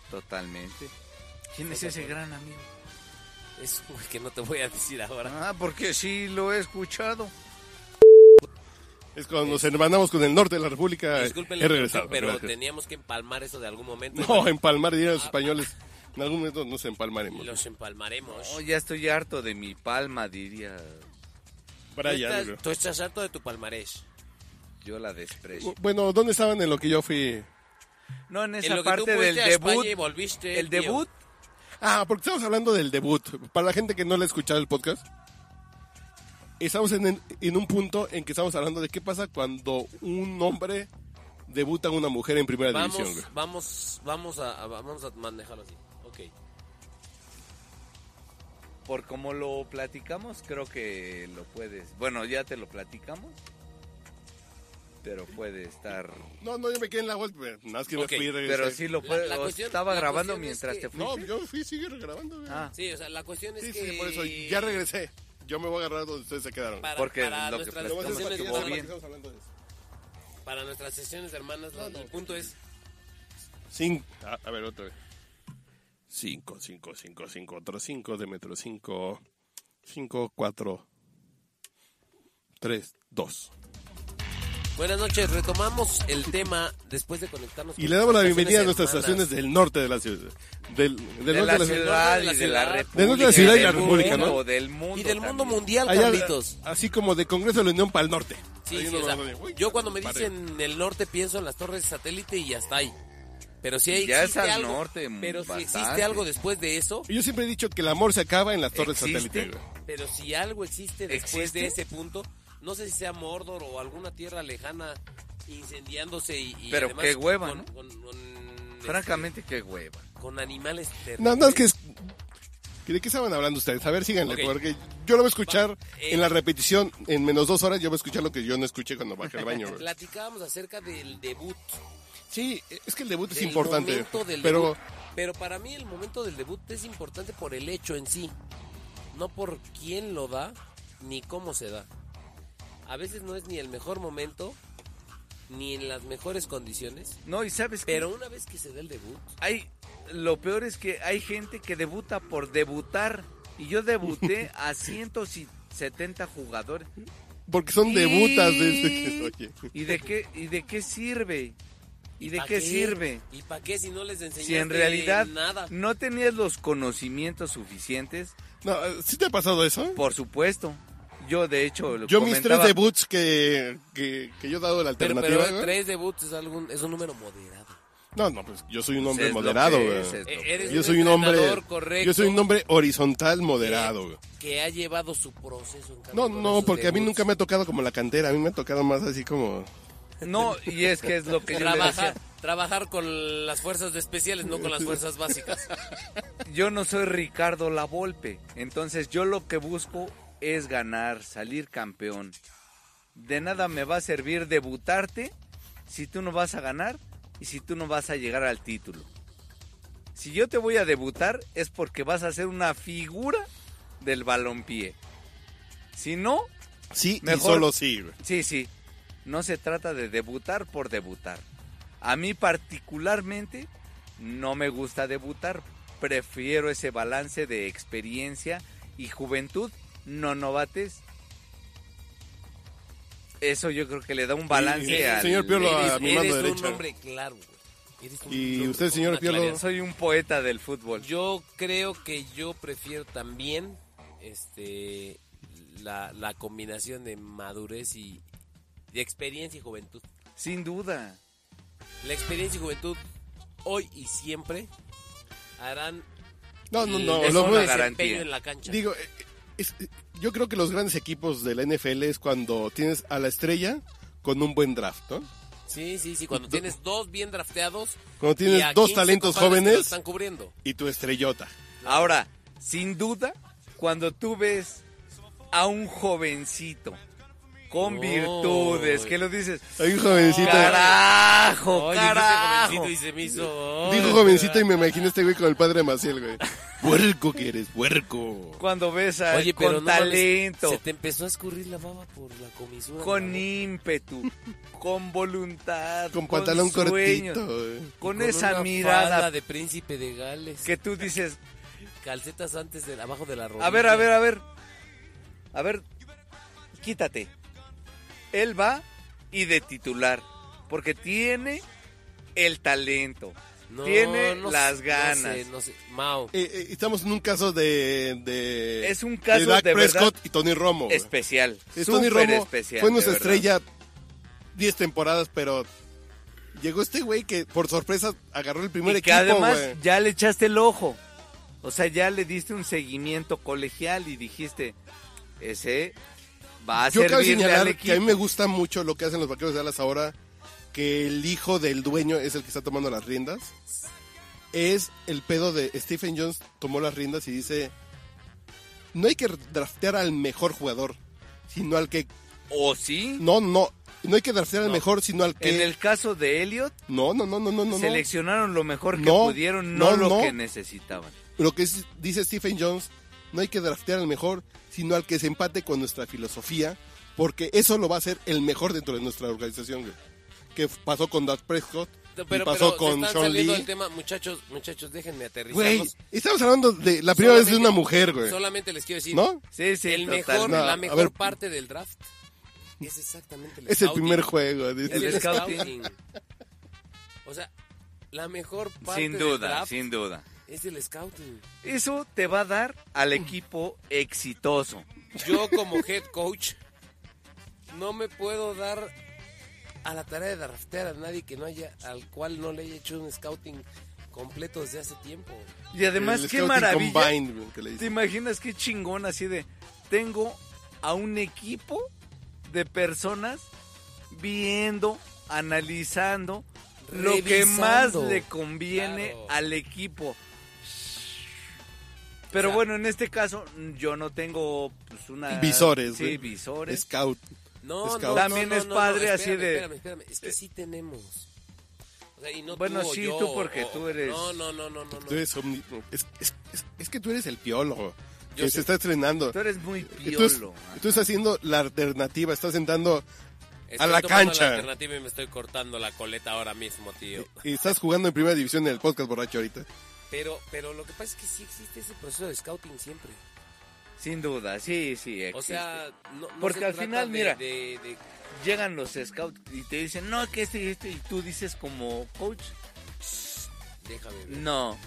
Speaker 3: Totalmente. ¿Quién es ese gran amigo?
Speaker 1: Es un güey que no te voy a decir ahora.
Speaker 3: Ah, porque sí lo he escuchado.
Speaker 2: Es cuando nos hermanamos con el norte de la República. eh,
Speaker 1: Disculpen
Speaker 2: Ah, he
Speaker 1: la
Speaker 2: regresado.
Speaker 1: interrupción, pero
Speaker 2: gracias.
Speaker 1: teníamos que empalmar eso de algún momento.
Speaker 2: No, empalmar, dirían los españoles. En algún momento nos empalmaremos.
Speaker 1: Los empalmaremos.
Speaker 3: No, ya estoy harto de mi palma, diría.
Speaker 1: Tú
Speaker 2: Brian,
Speaker 1: estás-
Speaker 2: creo.
Speaker 1: tú estás harto de tu palmarés.
Speaker 3: Yo la desprecio.
Speaker 2: Bueno, ¿dónde estaban en lo que yo fui?
Speaker 3: No, en
Speaker 1: En
Speaker 3: esa
Speaker 1: lo que tú
Speaker 3: parte
Speaker 1: fuiste
Speaker 3: del
Speaker 1: a España y
Speaker 3: debut.
Speaker 1: volviste.
Speaker 3: El
Speaker 1: tío.
Speaker 3: debut,
Speaker 2: Ah, porque estamos hablando del debut. Para la gente que no le ha escuchado el podcast, estamos en, en un punto en que estamos hablando de qué pasa cuando un hombre debuta a una mujer en primera división.
Speaker 1: Vamos,
Speaker 2: güey.
Speaker 1: vamos, vamos a, a- vamos a manejarlo así. Ok.
Speaker 3: por como lo platicamos, creo que lo puedes. Bueno, ya te lo platicamos. Pero puede estar.
Speaker 2: No, no, yo me quedé en la vuelta. güey. Nada más que me
Speaker 1: Ok,
Speaker 2: fui y regresé.
Speaker 3: Pero sí lo
Speaker 1: La-
Speaker 3: puedes.
Speaker 1: la
Speaker 3: o
Speaker 1: cuestión-
Speaker 3: estaba
Speaker 1: la
Speaker 3: grabando
Speaker 1: cuestión es
Speaker 3: mientras
Speaker 1: que-
Speaker 3: te
Speaker 2: No,
Speaker 3: fuiste.
Speaker 2: yo fui, sigue grabando. güey.
Speaker 3: Ah,
Speaker 1: Sí, o sea, la cuestión es
Speaker 2: sí,
Speaker 1: Pues que...
Speaker 2: sí, por eso ya regresé. Yo me voy a agarrar donde ustedes se quedaron.
Speaker 1: Para,
Speaker 3: Porque
Speaker 1: para
Speaker 3: lo que
Speaker 1: nuestras
Speaker 2: Lo voy a
Speaker 3: platicamos
Speaker 2: hacer
Speaker 1: sesiones
Speaker 2: para que
Speaker 3: estuvo
Speaker 2: sepan que estamos hablando
Speaker 1: hermanas,
Speaker 3: bien.
Speaker 2: de eso.
Speaker 1: para nuestras sesiones hermanas, el punto es...
Speaker 2: Cin- ah, a ver, otra vez. 5, 5, 5, 5, otro 5 de metro 5, 5, 4, 3, 2.
Speaker 1: Buenas noches, retomamos el tema después de conectarnos...
Speaker 2: Y
Speaker 1: con
Speaker 2: le damos la
Speaker 1: nuestras
Speaker 2: bienvenida a
Speaker 1: sesiones
Speaker 2: nuestras
Speaker 1: hermanas.
Speaker 2: estaciones del norte de la ciudad. Del, del
Speaker 3: De
Speaker 2: norte de
Speaker 3: la
Speaker 2: la ciudad.
Speaker 3: ciudad
Speaker 1: de la
Speaker 3: y de la
Speaker 1: ciudad.
Speaker 3: república.
Speaker 2: De nuestra ciudad y la
Speaker 3: del
Speaker 2: república, ¿no?
Speaker 3: mundo, del mundo
Speaker 1: Y del mundo
Speaker 3: también.
Speaker 1: mundial,
Speaker 2: Allá,
Speaker 1: Carlitos.
Speaker 2: así como de Congreso de la Unión para el norte.
Speaker 1: Sí,
Speaker 2: Ahí
Speaker 1: sí,
Speaker 2: uno
Speaker 1: o sea,
Speaker 2: va a decir, "Uy,
Speaker 1: yo cuando me
Speaker 2: padre".
Speaker 1: dicen el norte pienso en las torres de satélite y ya está ahí. Pero si hay
Speaker 3: Ya es al
Speaker 1: algo,
Speaker 3: norte,
Speaker 1: pero si existe
Speaker 3: bastante.
Speaker 1: algo después de eso,
Speaker 2: Yo siempre he dicho que el amor se acaba en las torres
Speaker 3: ¿Existe?
Speaker 2: satélites.
Speaker 1: pero si algo existe después
Speaker 3: ¿Existe?
Speaker 1: de ese punto, no sé si sea Mordor o alguna tierra lejana incendiándose y, y
Speaker 3: Pero
Speaker 1: además
Speaker 3: qué hueva,
Speaker 1: con,
Speaker 3: ¿no?
Speaker 1: con- con,
Speaker 3: Francamente, qué hueva.
Speaker 1: este, con animales
Speaker 2: No, no, es
Speaker 1: terrestres.
Speaker 2: que es... que ¿De qué estaban hablando ustedes? A ver, síganle,
Speaker 1: Ok.
Speaker 2: porque yo lo voy a escuchar
Speaker 1: Va, eh.
Speaker 2: en la repetición, en menos dos horas, yo voy a escuchar lo que yo no escuché cuando bajé al baño. güey.
Speaker 1: platicábamos acerca del debut
Speaker 2: Sí, es que el debut es
Speaker 1: del
Speaker 2: importante,
Speaker 1: momento del
Speaker 2: pero
Speaker 1: debut. pero para mí el momento del debut es importante por el hecho en sí, no por quién lo da ni cómo se da. A veces no es ni el mejor momento ni en las mejores condiciones,
Speaker 3: No, y sabes qué?
Speaker 1: pero una vez que se da el debut,
Speaker 3: hay lo peor es que hay gente que debuta por debutar y yo debuté a 170 jugadores.
Speaker 2: porque son debutas
Speaker 3: Y-
Speaker 2: de este... Oye.
Speaker 3: ¿Y de qué y de qué sirve? ¿Y de
Speaker 1: ¿pa'
Speaker 3: qué sirve?
Speaker 1: ¿Y para qué si no les enseñaste
Speaker 3: Si en realidad
Speaker 1: nada?
Speaker 3: no tenías los conocimientos suficientes,
Speaker 2: No, ¿sí te ha pasado eso?
Speaker 3: por supuesto. Yo de hecho lo
Speaker 2: Yo mis tres
Speaker 3: comentaba-
Speaker 2: debuts que, que, que yo he dado la
Speaker 1: Pero,
Speaker 2: alternativa.
Speaker 1: pero eh,
Speaker 2: güey.
Speaker 1: tres debuts es, algún, es un número moderado.
Speaker 2: No, no, pues yo soy un
Speaker 3: Pues
Speaker 2: hombre
Speaker 3: es lo
Speaker 2: moderado,
Speaker 3: que
Speaker 2: güey.
Speaker 3: es, es lo
Speaker 1: E-
Speaker 3: que
Speaker 1: eres
Speaker 2: Yo
Speaker 1: un
Speaker 2: soy un hombre
Speaker 1: entrenador correcto
Speaker 2: Yo soy un hombre horizontal moderado,
Speaker 1: que,
Speaker 2: güey.
Speaker 1: que ha llevado su proceso. En cada
Speaker 2: No,
Speaker 1: uno de
Speaker 2: no,
Speaker 1: esos
Speaker 2: porque a mí
Speaker 1: debuts.
Speaker 2: nunca me ha tocado como la cantera, a mí me ha tocado más así como...
Speaker 3: No, y es que es lo que yo le decía.
Speaker 1: trabajar, trabajar con las fuerzas de especiales, no con las fuerzas básicas.
Speaker 3: Yo no soy Ricardo Lavolpe, entonces yo lo que busco es ganar, salir campeón. De nada me va a servir debutarte si tú no vas a ganar y si tú no vas a llegar al título. Si yo te voy a debutar es porque vas a ser una figura del balompié. Si no,
Speaker 2: Sí, y
Speaker 3: Mejor-
Speaker 2: solo sí, güey.
Speaker 3: sí, sí, no se trata de debutar por debutar. A mí particularmente no me gusta debutar. Prefiero ese balance de experiencia y juventud, no novates. Eso yo creo que le da un balance
Speaker 2: Sí,
Speaker 3: al...
Speaker 2: señor Piolo,
Speaker 3: Eres-
Speaker 2: a mi mano
Speaker 1: Eres
Speaker 2: derecha.
Speaker 1: un hombre claro. güey. Eres un
Speaker 2: Y
Speaker 1: hombre
Speaker 2: usted,
Speaker 1: con
Speaker 2: señor
Speaker 1: una
Speaker 2: Piolo.
Speaker 1: claridad.
Speaker 3: Soy un poeta del fútbol.
Speaker 1: Yo creo que yo prefiero también este la, la combinación de madurez y de experiencia y juventud.
Speaker 3: Sin duda.
Speaker 1: La experiencia y juventud hoy y siempre harán
Speaker 2: No, no, no.
Speaker 1: el
Speaker 2: lo
Speaker 1: mejor
Speaker 2: bueno-
Speaker 3: una garantía.
Speaker 1: desempeño en la cancha.
Speaker 2: Digo, eh, es- eh, yo creo que los grandes equipos de la NFL es cuando tienes a la estrella con un buen draft, ¿no?
Speaker 1: sí, sí, sí. Cuando tienes dos bien drafteados,
Speaker 2: Cuando
Speaker 1: y
Speaker 2: tienes
Speaker 1: a
Speaker 2: dos
Speaker 1: 15
Speaker 2: talentos
Speaker 1: compadres que lo
Speaker 2: jóvenes
Speaker 1: están cubriendo.
Speaker 2: y tu estrellota.
Speaker 3: Ahora, sin duda, cuando tú ves a un jovencito con
Speaker 1: Oh.
Speaker 3: virtudes, que lo dices,
Speaker 2: Hay un jovencito.
Speaker 3: carajo,
Speaker 1: Oye,
Speaker 3: carajo.
Speaker 1: dijiste jovencito y se me hizo.
Speaker 2: Dijo jovencito y me imagino este güey con el padre Maciel, güey. Puerco que eres, puerco.
Speaker 3: Cuando ves a
Speaker 1: Oye, pero
Speaker 3: con
Speaker 1: no mames,
Speaker 3: talento,
Speaker 1: se te empezó a escurrir la baba por la comisura.
Speaker 3: con
Speaker 1: de la boca.
Speaker 3: ímpetu, con voluntad,
Speaker 2: Con pantalón
Speaker 3: sueños,
Speaker 2: cortito, güey.
Speaker 3: con,
Speaker 1: Con
Speaker 3: esa
Speaker 1: una
Speaker 3: mirada
Speaker 1: falda de príncipe de Gales.
Speaker 3: que tú dices,
Speaker 1: Calcetas antes de abajo de la rodilla.
Speaker 3: a ver, a ver, a ver, a ver, quítate. Él va y de titular. Porque tiene el talento.
Speaker 1: No,
Speaker 3: tiene
Speaker 1: no
Speaker 3: las
Speaker 1: sé,
Speaker 3: ganas.
Speaker 1: No sé, no sé. Mao.
Speaker 2: Eh, eh, estamos en un caso de. de-
Speaker 3: Es un caso
Speaker 2: Dak
Speaker 3: de verdad
Speaker 2: Prescott y Tony Romo. güey.
Speaker 3: especial.
Speaker 2: Eh, Tony
Speaker 3: súper
Speaker 2: Romo
Speaker 3: especial,
Speaker 2: fue
Speaker 3: de
Speaker 2: nuestra
Speaker 3: verdad.
Speaker 2: estrella 10 temporadas, pero. Llegó este güey que por sorpresa agarró el primer
Speaker 3: Y que
Speaker 2: equipo.
Speaker 3: además
Speaker 2: güey.
Speaker 3: ya le echaste el ojo. O sea, ya le diste un seguimiento colegial y dijiste, ese va a
Speaker 2: Yo quiero
Speaker 3: servirle al
Speaker 2: señalar que
Speaker 3: equipo.
Speaker 2: a mí me gusta mucho lo que hacen los vaqueros de Dallas ahora, que el hijo del dueño es el que está tomando las riendas. Es el pedo de Stephen Jones tomó las riendas y dice, no hay que draftear al mejor jugador, sino al que...
Speaker 3: ¿O sí?
Speaker 2: No, no, no hay que draftear al
Speaker 3: No.
Speaker 2: mejor, sino al que...
Speaker 3: En el caso de Elliot,
Speaker 2: No, no, no, no, no, no. no.
Speaker 3: seleccionaron lo mejor que
Speaker 2: No,
Speaker 3: pudieron, no,
Speaker 2: no,
Speaker 3: lo
Speaker 2: no.
Speaker 3: que necesitaban.
Speaker 2: Lo que es- dice Stephen Jones, no hay que draftear al mejor, sino al que se empate con nuestra filosofía, porque eso lo va a hacer el mejor dentro de nuestra organización, güey. Que f- pasó con Dak Prescott,
Speaker 1: Pero,
Speaker 2: y
Speaker 1: pero,
Speaker 2: pasó
Speaker 1: se
Speaker 2: con
Speaker 1: están
Speaker 2: Sean
Speaker 1: saliendo del
Speaker 2: Lee.
Speaker 1: tema. Muchachos, muchachos, déjenme aterrizar.
Speaker 2: Güey, estamos hablando de la primera vez de una mujer, güey.
Speaker 1: Solamente les quiero decir,
Speaker 2: ¿No?
Speaker 3: Sí, sí,
Speaker 1: el mejor,
Speaker 3: totalmente.
Speaker 2: No,
Speaker 1: la
Speaker 2: a
Speaker 1: mejor
Speaker 2: ver.
Speaker 1: parte del draft es exactamente el
Speaker 2: Es el
Speaker 1: scouting.
Speaker 2: primer juego. dice.
Speaker 1: Es el
Speaker 3: El scouting.
Speaker 1: scouting. O sea, la mejor parte
Speaker 3: Sin
Speaker 1: del
Speaker 3: duda,
Speaker 1: draft
Speaker 3: sin duda.
Speaker 1: es el scouting.
Speaker 3: Eso te va a dar al
Speaker 2: Mm.
Speaker 3: equipo exitoso.
Speaker 1: Yo como head coach no me puedo dar a la tarea de draftear a nadie que no haya, al cual no le haya hecho un scouting completo desde hace tiempo.
Speaker 3: Y además,
Speaker 2: El
Speaker 3: qué
Speaker 2: scouting
Speaker 3: maravilla.
Speaker 2: combined, güey, que le
Speaker 3: ¿Te
Speaker 2: dicen.
Speaker 3: imaginas qué chingón así de tengo a un equipo de personas viendo, analizando lo que más
Speaker 1: Revisando.
Speaker 3: le conviene
Speaker 1: Claro.
Speaker 3: al equipo? Pero
Speaker 1: O sea,
Speaker 3: bueno, en este caso yo no tengo pues, una
Speaker 2: Visores,
Speaker 3: Sí,
Speaker 2: güey.
Speaker 3: visores.
Speaker 2: Scout.
Speaker 1: No,
Speaker 2: Scout.
Speaker 1: no, no,
Speaker 3: También
Speaker 1: no,
Speaker 3: es
Speaker 1: no, no,
Speaker 3: padre
Speaker 1: espérame,
Speaker 3: así de- Eh.
Speaker 1: Espérame, espérame, es que sí tenemos. O sea, y no
Speaker 3: Bueno,
Speaker 1: tú o
Speaker 3: sí,
Speaker 1: yo,
Speaker 3: tú porque
Speaker 1: o-
Speaker 3: tú eres-
Speaker 1: No, no, no, no, no. no.
Speaker 2: Tú eres omni- es, es- es- es que tú eres el piólogo.
Speaker 1: Yo
Speaker 2: que
Speaker 1: sé.
Speaker 2: se está estrenando.
Speaker 3: Tú eres muy
Speaker 2: Tú, es-
Speaker 3: piolo. ah. ajá.
Speaker 2: tú estás haciendo la alternativa. Estás sentando
Speaker 1: Estoy
Speaker 2: a la
Speaker 1: tomando
Speaker 2: cancha. Eh.
Speaker 1: La alternativa y me estoy cortando la coleta ahora mismo, tío.
Speaker 2: y estás jugando en primera división en el podcast borracho ahorita.
Speaker 1: Pero, pero lo que pasa es que sí existe ese proceso de scouting siempre.
Speaker 3: Sin duda, sí, sí.
Speaker 1: O
Speaker 3: existe.
Speaker 1: sea, no, no
Speaker 3: Porque
Speaker 1: se
Speaker 3: al
Speaker 1: trata
Speaker 3: final,
Speaker 1: de-
Speaker 3: mira,
Speaker 1: de- de
Speaker 3: llegan los scouts y te dicen, no, que este y este, y tú dices como coach,
Speaker 1: Déjame ver.
Speaker 3: No,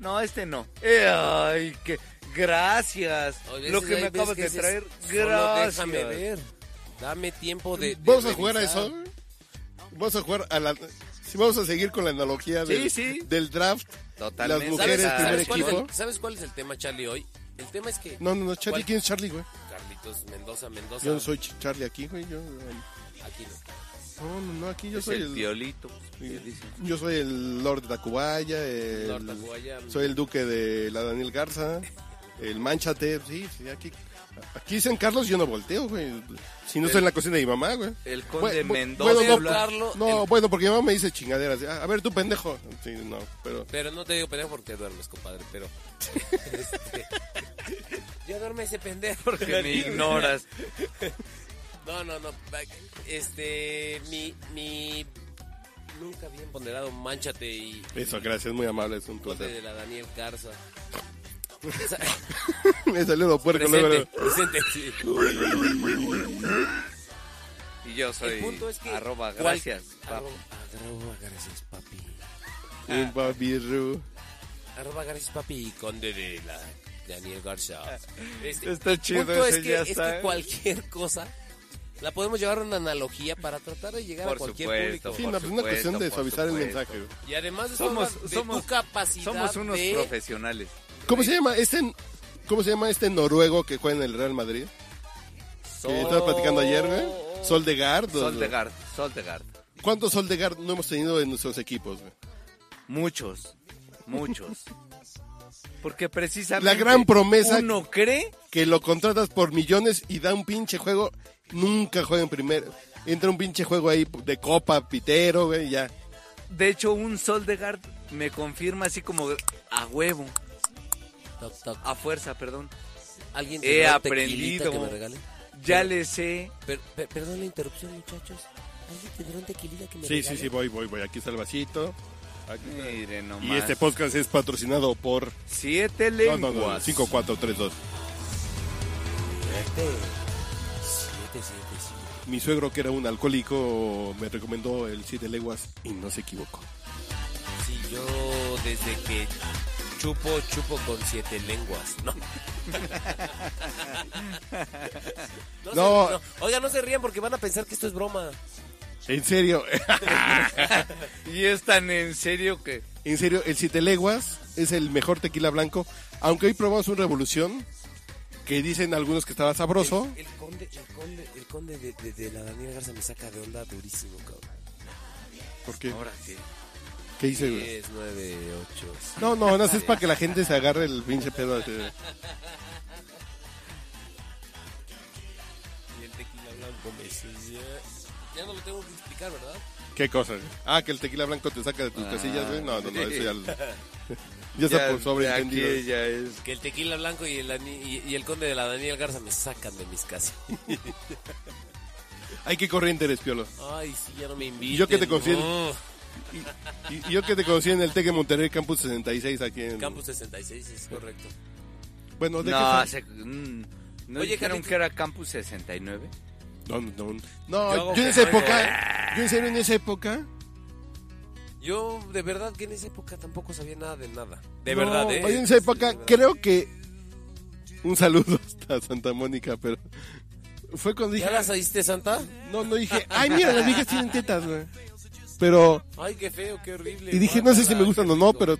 Speaker 3: no, este no. Eh, ay, que gracias.
Speaker 1: A veces
Speaker 3: Lo que
Speaker 1: hay
Speaker 3: me
Speaker 1: veces
Speaker 3: acabas de
Speaker 1: dices,
Speaker 3: traer,
Speaker 1: "Solo
Speaker 3: gracias.
Speaker 1: Déjame ver. Dame tiempo de. de
Speaker 2: Vamos a jugar a
Speaker 1: revisar".
Speaker 2: eso. Vamos a jugar a la. Si vamos a seguir con la analogía
Speaker 3: Sí,
Speaker 2: del,
Speaker 3: sí.
Speaker 2: del draft.
Speaker 3: Totalmente.
Speaker 2: Las
Speaker 1: ¿Sabes,
Speaker 2: mujeres,
Speaker 1: sabes
Speaker 2: primer
Speaker 1: cuál es
Speaker 2: equipo.
Speaker 1: el- ¿Sabes cuál es el tema, Charlie, hoy? El tema es que.
Speaker 2: No, no, no. Charlie,
Speaker 1: ¿Cuál?
Speaker 2: ¿quién es Charlie, güey?
Speaker 1: Carlitos Mendoza, Mendoza.
Speaker 2: Yo no soy Ch- Charlie aquí, güey. Yo, um,
Speaker 1: Aquí no.
Speaker 2: no, no, no, aquí yo
Speaker 3: Es
Speaker 2: soy
Speaker 3: el
Speaker 2: el. eh,
Speaker 3: violito.
Speaker 2: Yo soy el Lord de Tacubaya, el-
Speaker 1: Lord Tacubaya.
Speaker 2: soy el duque de la Daniel Garza, el Manchate, sí, sí, aquí, aquí dicen Carlos, yo no volteo, güey. Si no estoy en la cocina de mi mamá, güey.
Speaker 3: El conde
Speaker 2: Bu- bu-
Speaker 3: Mendoza.
Speaker 2: bueno,
Speaker 1: Pero, Carlos,
Speaker 2: No,
Speaker 1: el-
Speaker 2: bueno, porque mi mamá me dice chingaderas. de, "Ah, A ver, tú pendejo. Sí, no, pero
Speaker 1: pero no te digo pendejo porque duermes, compadre. Pero. Este, ya duerme ese pendejo porque
Speaker 3: que me ignoras.
Speaker 1: No, no, no. Este. Mi. mi nunca bien ponderado, manchate y.
Speaker 2: eso, gracias, muy amable, es un
Speaker 3: Pues,
Speaker 1: Conde
Speaker 3: eh,
Speaker 2: placer.
Speaker 1: de la Daniel Garza.
Speaker 2: me salió lo puerco, luego,
Speaker 1: Presente,
Speaker 2: luego.
Speaker 1: presente, sí.
Speaker 3: Y yo soy
Speaker 1: El punto es que
Speaker 3: arroba
Speaker 1: cual-
Speaker 3: gracias. papá.
Speaker 1: Arroba, arroba gracias, papi.
Speaker 3: Ah.
Speaker 2: Un papi ru.
Speaker 1: Arroba gracias, papi. Conde de la Daniel Garza. Este,
Speaker 3: Está chido
Speaker 1: El punto es
Speaker 3: ese,
Speaker 1: que,
Speaker 3: ya
Speaker 1: es
Speaker 3: está.
Speaker 1: que
Speaker 2: ¿eh?
Speaker 1: cualquier cosa la podemos llevar a una analogía para tratar de llegar
Speaker 3: Por
Speaker 1: a cualquier
Speaker 3: supuesto.
Speaker 1: público.
Speaker 2: Sí, no,
Speaker 3: Por
Speaker 2: pues una cuestión
Speaker 3: supuesto,
Speaker 2: de
Speaker 3: por
Speaker 2: suavizar el
Speaker 3: supuesto.
Speaker 2: mensaje. güey.
Speaker 1: Y además de,
Speaker 3: Somos-
Speaker 1: de
Speaker 3: somos-
Speaker 1: tu capacidad
Speaker 3: Somos unos
Speaker 1: de-
Speaker 3: profesionales.
Speaker 2: ¿Cómo se llama este? ¿Cómo se llama este noruego que juega en el Real Madrid?
Speaker 3: Sol...
Speaker 2: Que estaba platicando ayer, ¿eh? güey. Soldegard. o-
Speaker 3: Soldegard, Soldegard.
Speaker 2: ¿Cuántos Soldegard no hemos tenido en nuestros equipos, güey?
Speaker 3: Muchos, muchos. Porque precisamente
Speaker 2: La gran promesa
Speaker 3: uno cree
Speaker 2: que lo contratas por millones y da un pinche juego, nunca juega en primer. Entra un pinche juego ahí de copa, pitero, güey, ya.
Speaker 3: De hecho, un Soldegard me confirma así como a huevo,
Speaker 1: Toc, toc.
Speaker 3: a fuerza, perdón.
Speaker 1: Alguien
Speaker 3: He
Speaker 1: tendrá un tequilita
Speaker 3: aprendido.
Speaker 1: que me regale.
Speaker 3: Ya le sé.
Speaker 1: Per- per- perdón la interrupción, muchachos. ¿Alguien tendrá un tequilita que me
Speaker 2: Sí, sí,
Speaker 1: regale?
Speaker 2: sí, voy, voy, voy. Aquí está el vasito. Aquí está.
Speaker 3: Mire nomás.
Speaker 2: Y este podcast es patrocinado por.
Speaker 3: Siete
Speaker 2: No,
Speaker 3: lenguas.
Speaker 2: no, no, 5432.
Speaker 1: Siete, siete, siete, siete.
Speaker 2: Mi suegro, que era un alcohólico, me recomendó el Siete Leguas y no se equivocó.
Speaker 1: Sí, yo desde que chupo, chupo con siete lenguas, ¿no? no,
Speaker 2: No.
Speaker 1: se- no. Oiga, no se rían porque van a pensar que esto es broma.
Speaker 2: En serio,
Speaker 3: Y es tan en serio que.
Speaker 2: en serio, el Siete Leguas es el mejor tequila blanco. Aunque hoy probamos un Revolución, que dicen algunos que estaba sabroso.
Speaker 1: El, el conde, el conde, el conde de, de- de la Daniela Garza me saca de onda durísimo, cabrón.
Speaker 2: ¿Por qué?
Speaker 3: Ahora sí.
Speaker 2: ¿Qué hice, güey?
Speaker 1: 10, 9, 8.
Speaker 2: No, no, no, es para que la gente se agarre el pinche pedo. de-
Speaker 1: Y el tequila blanco me sucia. Ya no lo tengo que explicar, ¿verdad?
Speaker 2: ¿Qué cosa? güey? Ah, que el tequila blanco te saca de tus
Speaker 3: Ah.
Speaker 2: casillas, güey. No, no, no, eso ya, lo- ya está
Speaker 3: Ya,
Speaker 2: por
Speaker 3: ya
Speaker 2: sobreentendido.
Speaker 3: aquí ya es.
Speaker 1: Que el tequila blanco y el, ani- y, y el conde de la Daniel Garza me sacan de mis casas.
Speaker 2: Hay que corriente eres, Piolo.
Speaker 1: Ay, sí, ya no me inviten.
Speaker 2: yo que te confío en-
Speaker 1: no.
Speaker 2: Y, y yo que te conocí en el TEC de Monterrey Campus 66 aquí en...
Speaker 1: Campus 66, es correcto.
Speaker 2: Bueno, ¿de
Speaker 3: No,
Speaker 2: qué
Speaker 3: se- mm, ¿no
Speaker 1: Oye,
Speaker 3: dijeron
Speaker 1: Carlitos.
Speaker 3: que era Campus 69.
Speaker 2: fue? No, no, no.
Speaker 1: hago
Speaker 2: No, yo en esa
Speaker 1: que-
Speaker 2: época... Yo en serio en esa época...
Speaker 1: Yo de verdad que en esa época tampoco sabía nada de nada. De
Speaker 2: no,
Speaker 1: verdad, ¿eh?
Speaker 2: yo en esa época
Speaker 1: De verdad.
Speaker 2: creo que... Un saludo hasta Santa Mónica, pero... Fue cuando dije...
Speaker 1: ¿Ya las oíste, Santa?
Speaker 2: No, no dije... Ay, mira, las viejas tienen tetas, güey. Pero...
Speaker 1: Ay, qué feo, qué horrible.
Speaker 2: Y dije, no sé si
Speaker 1: guácala,
Speaker 2: me gustan
Speaker 1: qué
Speaker 2: o no,
Speaker 1: rico.
Speaker 2: pero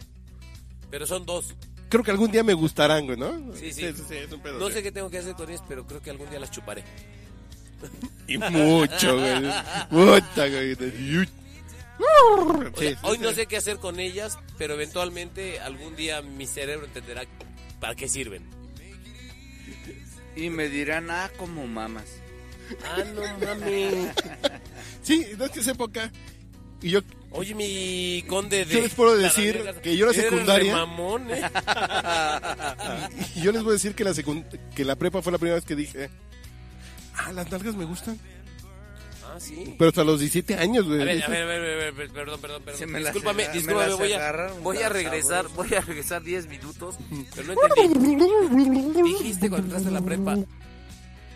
Speaker 1: Pero son dos.
Speaker 2: creo que algún día me gustarán, güey, ¿no?
Speaker 1: Sí, sí.
Speaker 2: es un pedo,
Speaker 1: No
Speaker 2: güey.
Speaker 1: sé qué tengo que hacer con ellas, pero creo que algún día las chuparé.
Speaker 2: Y mucho, güey. Puta, güey. Sí,
Speaker 1: O sea,
Speaker 2: sí,
Speaker 1: hoy
Speaker 2: sí.
Speaker 1: no sé qué hacer con ellas, pero eventualmente algún día mi cerebro entenderá para qué sirven.
Speaker 3: Y me dirán, ah, como mamas.
Speaker 1: Ah, no mames.
Speaker 2: Sí, no es que esa época. Y yo,
Speaker 1: Oye, mi conde de.
Speaker 2: Yo les puedo
Speaker 1: la
Speaker 2: decir
Speaker 1: Daniela Garza,
Speaker 2: que yo la
Speaker 1: eres
Speaker 2: secundaria-
Speaker 1: re mamón, ¿eh?
Speaker 2: y yo les voy a decir que la secund- que la prepa fue la primera vez que dije, ah, las nalgas me gustan.
Speaker 1: Ah, sí.
Speaker 2: Pero hasta los 17 años,
Speaker 1: A
Speaker 2: güey.
Speaker 1: ver, a ver, a ver, a ver, a ver, perdón, perdón,
Speaker 3: Se
Speaker 1: perdón.
Speaker 3: me las-
Speaker 1: Discúlpame,
Speaker 3: me las
Speaker 1: discúlpame, voy a,
Speaker 3: agarraron
Speaker 1: voy a
Speaker 3: tan
Speaker 1: regresar,
Speaker 3: sabroso.
Speaker 1: voy a regresar 10 minutos, pero no entendí. Dijiste cuando entraste a la prepa,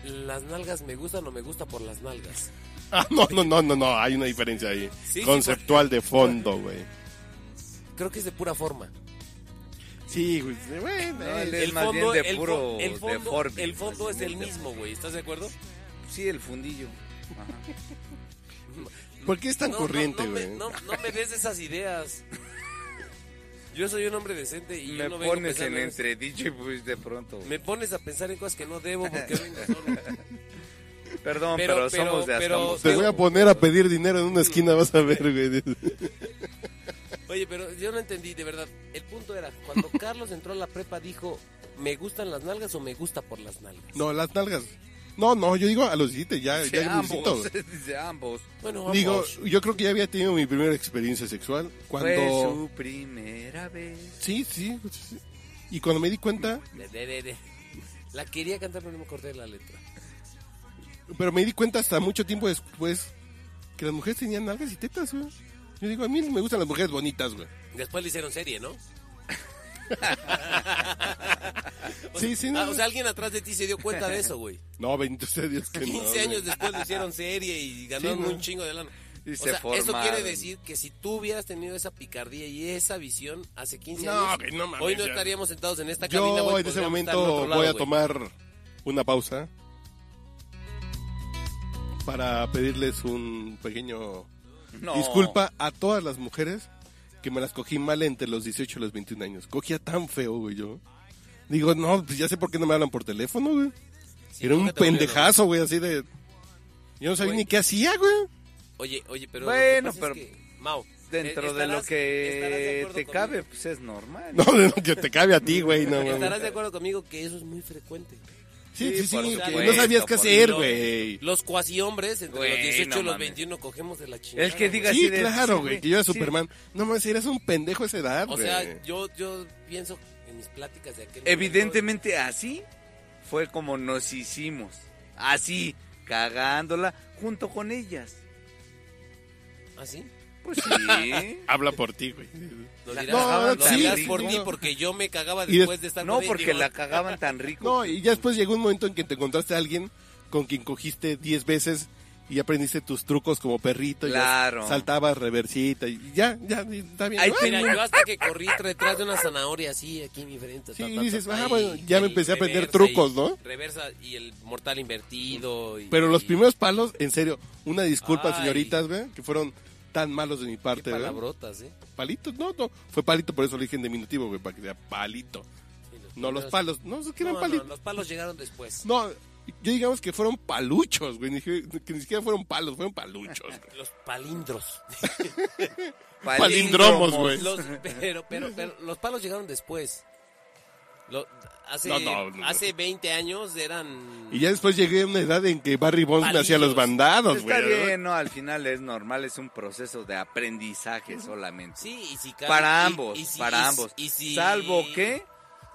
Speaker 1: las nalgas me gustan o me gusta por las nalgas.
Speaker 2: Ah, no, no, no, no, no, hay una diferencia ahí.
Speaker 1: Sí, sí,
Speaker 2: Conceptual de fondo, güey.
Speaker 1: Creo que es de pura forma.
Speaker 2: Sí, güey. Bueno,
Speaker 3: No,
Speaker 2: eh,
Speaker 3: Es más bien de
Speaker 1: el fo-
Speaker 3: puro
Speaker 1: el fondo,
Speaker 3: deforme,
Speaker 1: el
Speaker 3: más
Speaker 1: fondo
Speaker 3: bien
Speaker 1: es el
Speaker 3: deforme.
Speaker 1: mismo, güey, ¿estás de acuerdo?
Speaker 3: Sí, el fundillo. Ajá.
Speaker 2: ¿Por qué es tan
Speaker 1: No, no,
Speaker 2: corriente,
Speaker 1: no me-
Speaker 2: güey?
Speaker 1: No, no me des esas ideas. Yo soy un hombre decente y
Speaker 3: Me
Speaker 1: yo no vengo
Speaker 3: pones en
Speaker 1: pensando eso.
Speaker 3: entredicho y pues de pronto.
Speaker 1: Me pones a pensar en cosas que no debo porque vengo solo.
Speaker 3: Perdón,
Speaker 1: Pero- pero-
Speaker 3: pero, somos de
Speaker 1: pero-
Speaker 3: Azcapotzalco.
Speaker 2: Te voy a poner a pedir dinero en una esquina, vas a ver, güey.
Speaker 1: Oye, pero yo no entendí, de verdad. El punto era, cuando Carlos entró a la prepa dijo, ¿me gustan las nalgas o me gusta por las nalgas?
Speaker 2: No, las nalgas. No, no, yo digo a los 17, ya,
Speaker 3: Dice
Speaker 2: ya grandecito,
Speaker 3: ambos,
Speaker 2: güey.
Speaker 3: dice ambos.
Speaker 1: Bueno, vamos.
Speaker 2: Digo, yo creo que ya había tenido mi primera experiencia sexual cuando...
Speaker 3: Fue su primera vez.
Speaker 2: Sí, sí, sí. Y cuando me di cuenta,
Speaker 1: De- de- de- de. La quería cantar, pero no me acordé de la letra.
Speaker 2: pero me di cuenta hasta mucho tiempo después que las mujeres tenían nalgas y tetas, güey. Yo digo, a mí me gustan las mujeres bonitas, güey.
Speaker 1: Después le hicieron serie, ¿no? O
Speaker 2: Sí,
Speaker 1: sea-
Speaker 2: sí, no.
Speaker 1: ah, o sea, alguien atrás de ti se dio cuenta de eso, güey.
Speaker 2: No, bendito sea Dios que no.
Speaker 1: 15 años
Speaker 2: güey.
Speaker 1: después le hicieron serie y ganaron
Speaker 2: Sí, ¿no?
Speaker 1: un chingo de lana.
Speaker 3: Y
Speaker 1: o
Speaker 3: se
Speaker 1: sea, esto quiere
Speaker 3: formaron.
Speaker 1: decir que si tú hubieras tenido esa picardía y esa visión hace 15
Speaker 2: No,
Speaker 1: años,
Speaker 2: güey, no mames,
Speaker 1: hoy no
Speaker 2: ya.
Speaker 1: estaríamos sentados en esta cabina.
Speaker 2: Yo
Speaker 1: güey,
Speaker 2: en ese
Speaker 1: podríamos estar
Speaker 2: momento
Speaker 1: en otro lado,
Speaker 2: voy a
Speaker 1: güey.
Speaker 2: tomar una pausa para pedirles un pequeño
Speaker 3: No.
Speaker 2: Disculpa a todas las mujeres que me las cogí mal entre los 18 y los 21 años. Cogía tan feo, güey, yo. Digo, no, pues ya sé por qué no me hablan por teléfono, güey.
Speaker 1: Sí,
Speaker 2: Era un
Speaker 1: nunca te volvió, ¿no?
Speaker 2: pendejazo, güey, así de... Yo no sabía
Speaker 1: Güey.
Speaker 2: ni qué hacía, güey.
Speaker 1: Oye, oye, pero.
Speaker 3: Bueno,
Speaker 1: lo que pasa
Speaker 3: pero-
Speaker 1: es que, Mau,
Speaker 3: Dentro de
Speaker 1: estarás-
Speaker 3: lo
Speaker 1: estarás de
Speaker 3: que
Speaker 1: acuerdo
Speaker 3: te
Speaker 1: conmigo-
Speaker 3: cabe, pues es normal.
Speaker 2: No, de lo que te cabe a ti, güey, no, güey.
Speaker 1: Estarás de acuerdo conmigo que eso es muy frecuente.
Speaker 2: Sí, sí,
Speaker 3: Sí,
Speaker 2: sí,
Speaker 3: por
Speaker 2: que no
Speaker 3: supuesto,
Speaker 2: sabías qué
Speaker 3: por
Speaker 2: hacer,
Speaker 1: Los-
Speaker 2: güey.
Speaker 1: Los cuasi hombres, entre los
Speaker 3: Güey,
Speaker 1: 18 y
Speaker 3: no
Speaker 1: los
Speaker 3: mames.
Speaker 1: 21, cogemos de la chingada.
Speaker 3: El que diga
Speaker 2: Sí,
Speaker 3: así de-
Speaker 2: claro,
Speaker 3: sí,
Speaker 2: güey, que yo era
Speaker 3: sí.
Speaker 2: Superman. No, mames, eras un pendejo a esa edad,
Speaker 1: güey. O
Speaker 2: güey.
Speaker 1: sea, yo, yo pienso en mis pláticas de aquel. momento,
Speaker 3: Evidentemente así fue como nos hicimos. Así, cagándola junto con ellas.
Speaker 1: ¿Ah, sí?
Speaker 3: Pues sí.
Speaker 2: Habla por ti, güey.
Speaker 1: Lo
Speaker 3: La
Speaker 1: dirás,
Speaker 2: cagaban
Speaker 1: lo
Speaker 2: tan
Speaker 1: dirás
Speaker 2: rico.
Speaker 1: por mí porque yo me cagaba
Speaker 2: Y des-
Speaker 1: después de estar
Speaker 3: no,
Speaker 1: con él,
Speaker 3: porque
Speaker 1: digo,
Speaker 3: la cagaban tan rico.
Speaker 2: No, y ya después llegó un momento en que te encontraste a alguien con quien cogiste 10 veces y aprendiste tus trucos como perrito. y
Speaker 3: Claro.
Speaker 2: ya saltabas reversita y ya, ya, y está bien.
Speaker 1: Ay,
Speaker 2: Ah,
Speaker 1: mira, yo hasta que corrí detrás de una zanahoria así, aquí en mi frente.
Speaker 2: Sí,
Speaker 1: ta, ta, ta,
Speaker 2: dices,
Speaker 1: ta,
Speaker 2: ah,
Speaker 1: y-
Speaker 2: bueno, ya me
Speaker 1: y
Speaker 2: empecé a aprender
Speaker 1: reversa
Speaker 2: trucos,
Speaker 1: y-
Speaker 2: ¿no?
Speaker 1: Reversa y el mortal invertido. y-
Speaker 2: Pero los
Speaker 1: y-
Speaker 2: primeros palos, en serio, una disculpa,
Speaker 1: Ay.
Speaker 2: señoritas, güey, que fueron tan malos de mi
Speaker 1: Qué
Speaker 2: parte, ¿verdad?
Speaker 1: palabrotas, ¿eh?
Speaker 2: Palitos, no, no, fue palito, por eso le dije en diminutivo, güey, para que sea palito.
Speaker 1: Sí,
Speaker 2: No los
Speaker 1: primeros-
Speaker 2: palos, no, es que
Speaker 1: No,
Speaker 2: eran
Speaker 1: no,
Speaker 2: palitos.
Speaker 1: los palos llegaron después.
Speaker 2: No, yo digamos que fueron paluchos, güey, ni que que ni siquiera fueron palos, fueron paluchos. güey.
Speaker 1: Los palindros.
Speaker 2: Palindromos, güey.
Speaker 1: Los- pero, pero, pero los palos llegaron después. Lo- hace,
Speaker 2: No, no, no.
Speaker 1: hace 20 años eran...
Speaker 2: Y ya después llegué a una edad en que Barry Bonds me hacía
Speaker 1: Palillos.
Speaker 2: los bandados, Pues, güey.
Speaker 3: Está
Speaker 2: ¿verdad?
Speaker 3: bien, no, al final es normal, es un proceso de aprendizaje solamente.
Speaker 1: Sí, y si cada-
Speaker 3: Para
Speaker 1: y-
Speaker 3: ambos,
Speaker 1: y si- y
Speaker 3: para
Speaker 1: si-
Speaker 3: ambos.
Speaker 1: y si-
Speaker 3: Salvo que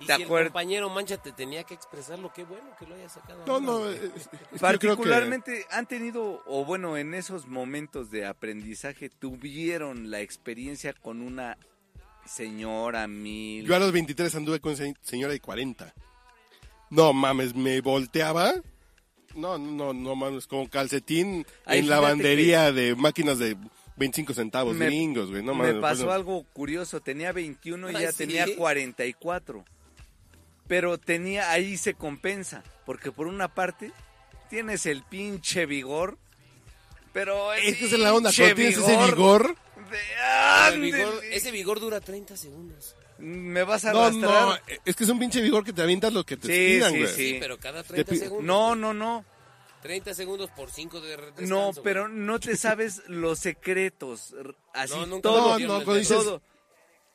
Speaker 1: Y
Speaker 3: ¿Te
Speaker 1: si el
Speaker 3: acuer-
Speaker 1: compañero Mancha te tenía que expresar lo que bueno que lo hayas sacado.
Speaker 2: No,
Speaker 1: ahora,
Speaker 2: no,
Speaker 1: güey.
Speaker 2: eh, eh, yo creo que-
Speaker 3: particularmente han tenido, o bueno, en esos momentos de aprendizaje tuvieron la experiencia con una señora mil.
Speaker 2: Yo a los 23 anduve con se- señora de 40. No mames, me volteaba. No, no, no mames, como calcetín
Speaker 3: Ay,
Speaker 2: en
Speaker 3: fíjate
Speaker 2: lavandería de máquinas de 25 centavos
Speaker 3: Me-
Speaker 2: gringos, güey. No mames.
Speaker 3: Me pasó algo curioso, tenía 21 y
Speaker 1: Ay,
Speaker 3: ya
Speaker 1: ¿sí?
Speaker 3: tenía 44. Pero tenía, ahí se compensa, porque por una parte tienes el pinche vigor, pero el
Speaker 2: Es que esa es la onda,
Speaker 3: pinche
Speaker 2: cuando tienes ese vigor.
Speaker 3: de
Speaker 2: eh.
Speaker 1: Pero el vigor-
Speaker 3: ándele.
Speaker 1: ese vigor dura 30 segundos.
Speaker 3: Me vas a
Speaker 2: No,
Speaker 3: arrastrar.
Speaker 2: no, es que es un pinche vigor que te avientas lo que te
Speaker 3: Sí,
Speaker 2: tiran,
Speaker 3: sí,
Speaker 2: güey.
Speaker 1: Sí,
Speaker 3: Sí.
Speaker 1: pero cada 30
Speaker 2: pi-
Speaker 1: segundos.
Speaker 3: No, no, no.
Speaker 1: 30 segundos por 5 de re-
Speaker 3: No,
Speaker 1: descanso,
Speaker 3: pero
Speaker 1: güey.
Speaker 3: no te sabes los secretos. r- Así
Speaker 1: No, nunca
Speaker 3: todo.
Speaker 1: me dieron
Speaker 2: No, no,
Speaker 1: el
Speaker 2: cuando
Speaker 1: dedo.
Speaker 2: dices-
Speaker 3: todo.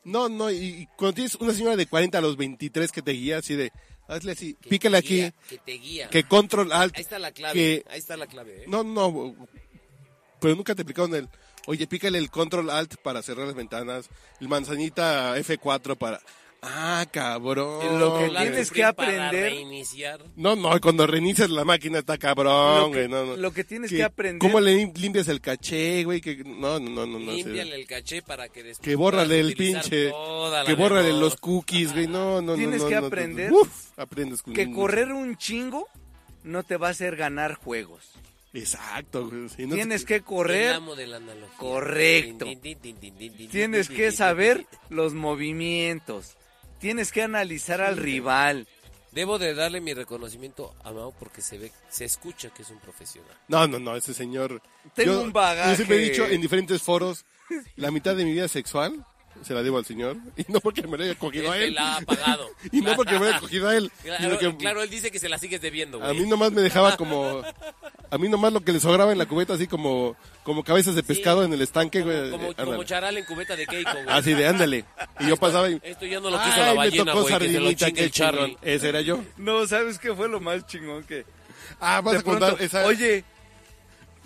Speaker 2: No, no, y, y cuando tienes una señora de 40 a los 23 que te guía así de, hazle así,
Speaker 1: Que te
Speaker 2: pícale
Speaker 1: guía,
Speaker 2: aquí,
Speaker 1: Que te guía.
Speaker 2: que control alt.
Speaker 1: Ahí está la clave.
Speaker 2: que-
Speaker 1: Ahí está la clave. ¿eh?
Speaker 2: No, no, pero nunca te explicaron el, oye, pícale el control alt para cerrar las ventanas, el manzanita F4 para... Ah, cabrón.
Speaker 3: Lo que
Speaker 2: güey.
Speaker 1: Controlar,
Speaker 3: tienes-
Speaker 1: sufrir
Speaker 3: que
Speaker 1: para
Speaker 3: aprender-
Speaker 1: reiniciar.
Speaker 2: No, no, cuando reinicias la máquina está cabrón,
Speaker 3: Lo que-
Speaker 2: güey, no, no.
Speaker 3: lo que tienes que aprender-
Speaker 2: ¿Cómo le lim- limpias el caché, güey? Que, no, no, no, no. no, sí.
Speaker 1: Límpiale el caché para que después.
Speaker 2: Que bórrale
Speaker 1: puedas
Speaker 2: el
Speaker 1: utilizar
Speaker 2: pinche.
Speaker 1: toda la
Speaker 2: Que bórrale
Speaker 1: memoria.
Speaker 2: los cookies, güey. No, no, no,
Speaker 3: Tienes
Speaker 2: no,
Speaker 3: que
Speaker 2: no, no,
Speaker 3: aprender
Speaker 2: no. Uf, aprendes con
Speaker 3: Que
Speaker 2: un-
Speaker 3: correr un chingo no te va a hacer ganar juegos.
Speaker 2: Exacto, güey. sí, no te-
Speaker 3: Tienes que
Speaker 1: El
Speaker 3: correr,
Speaker 1: amo de la analogía.
Speaker 3: Correcto.
Speaker 1: Tin, tin, tin, tin, tin, tin,
Speaker 3: tienes
Speaker 1: tin,
Speaker 3: que
Speaker 1: tin,
Speaker 3: saber
Speaker 1: tin, tin.
Speaker 3: los movimientos, tienes que analizar al rival.
Speaker 1: Debo de darle mi reconocimiento a Mao porque se ve, se escucha que es un profesional.
Speaker 2: No, no, no, ese señor.
Speaker 3: Tengo un bagaje.
Speaker 2: Yo siempre he dicho en diferentes foros, la mitad de mi vida sexual se la debo al señor. Y no porque me la haya cogido a
Speaker 1: Él
Speaker 2: él.
Speaker 1: te Este la ha pagado.
Speaker 2: Y no porque me la haya cogido a él. sino
Speaker 1: Claro,
Speaker 2: que
Speaker 1: claro, él dice que se la sigues debiendo,
Speaker 2: A
Speaker 1: güey.
Speaker 2: mí nomás me dejaba como. A mí nomás lo que le sobraba en la cubeta, así como, como cabezas de pescado en el estanque, güey.
Speaker 1: Como,
Speaker 2: eh,
Speaker 1: como
Speaker 2: ándale.
Speaker 1: charal en cubeta de Keiko, güey.
Speaker 2: Así Ah, de, ándale. Y yo pasaba y.
Speaker 1: Esto ya no lo quiso la
Speaker 2: Ay,
Speaker 1: ballena,
Speaker 2: me tocó
Speaker 1: güey, que se lo
Speaker 2: sardinita,
Speaker 1: chingue
Speaker 2: qué
Speaker 1: el Charlie.
Speaker 2: chingón. Ese era yo.
Speaker 3: No, ¿sabes qué fue lo más chingón que?
Speaker 2: Ah, vas
Speaker 3: de
Speaker 2: a contar
Speaker 3: pronto,
Speaker 2: esa.
Speaker 3: Oye,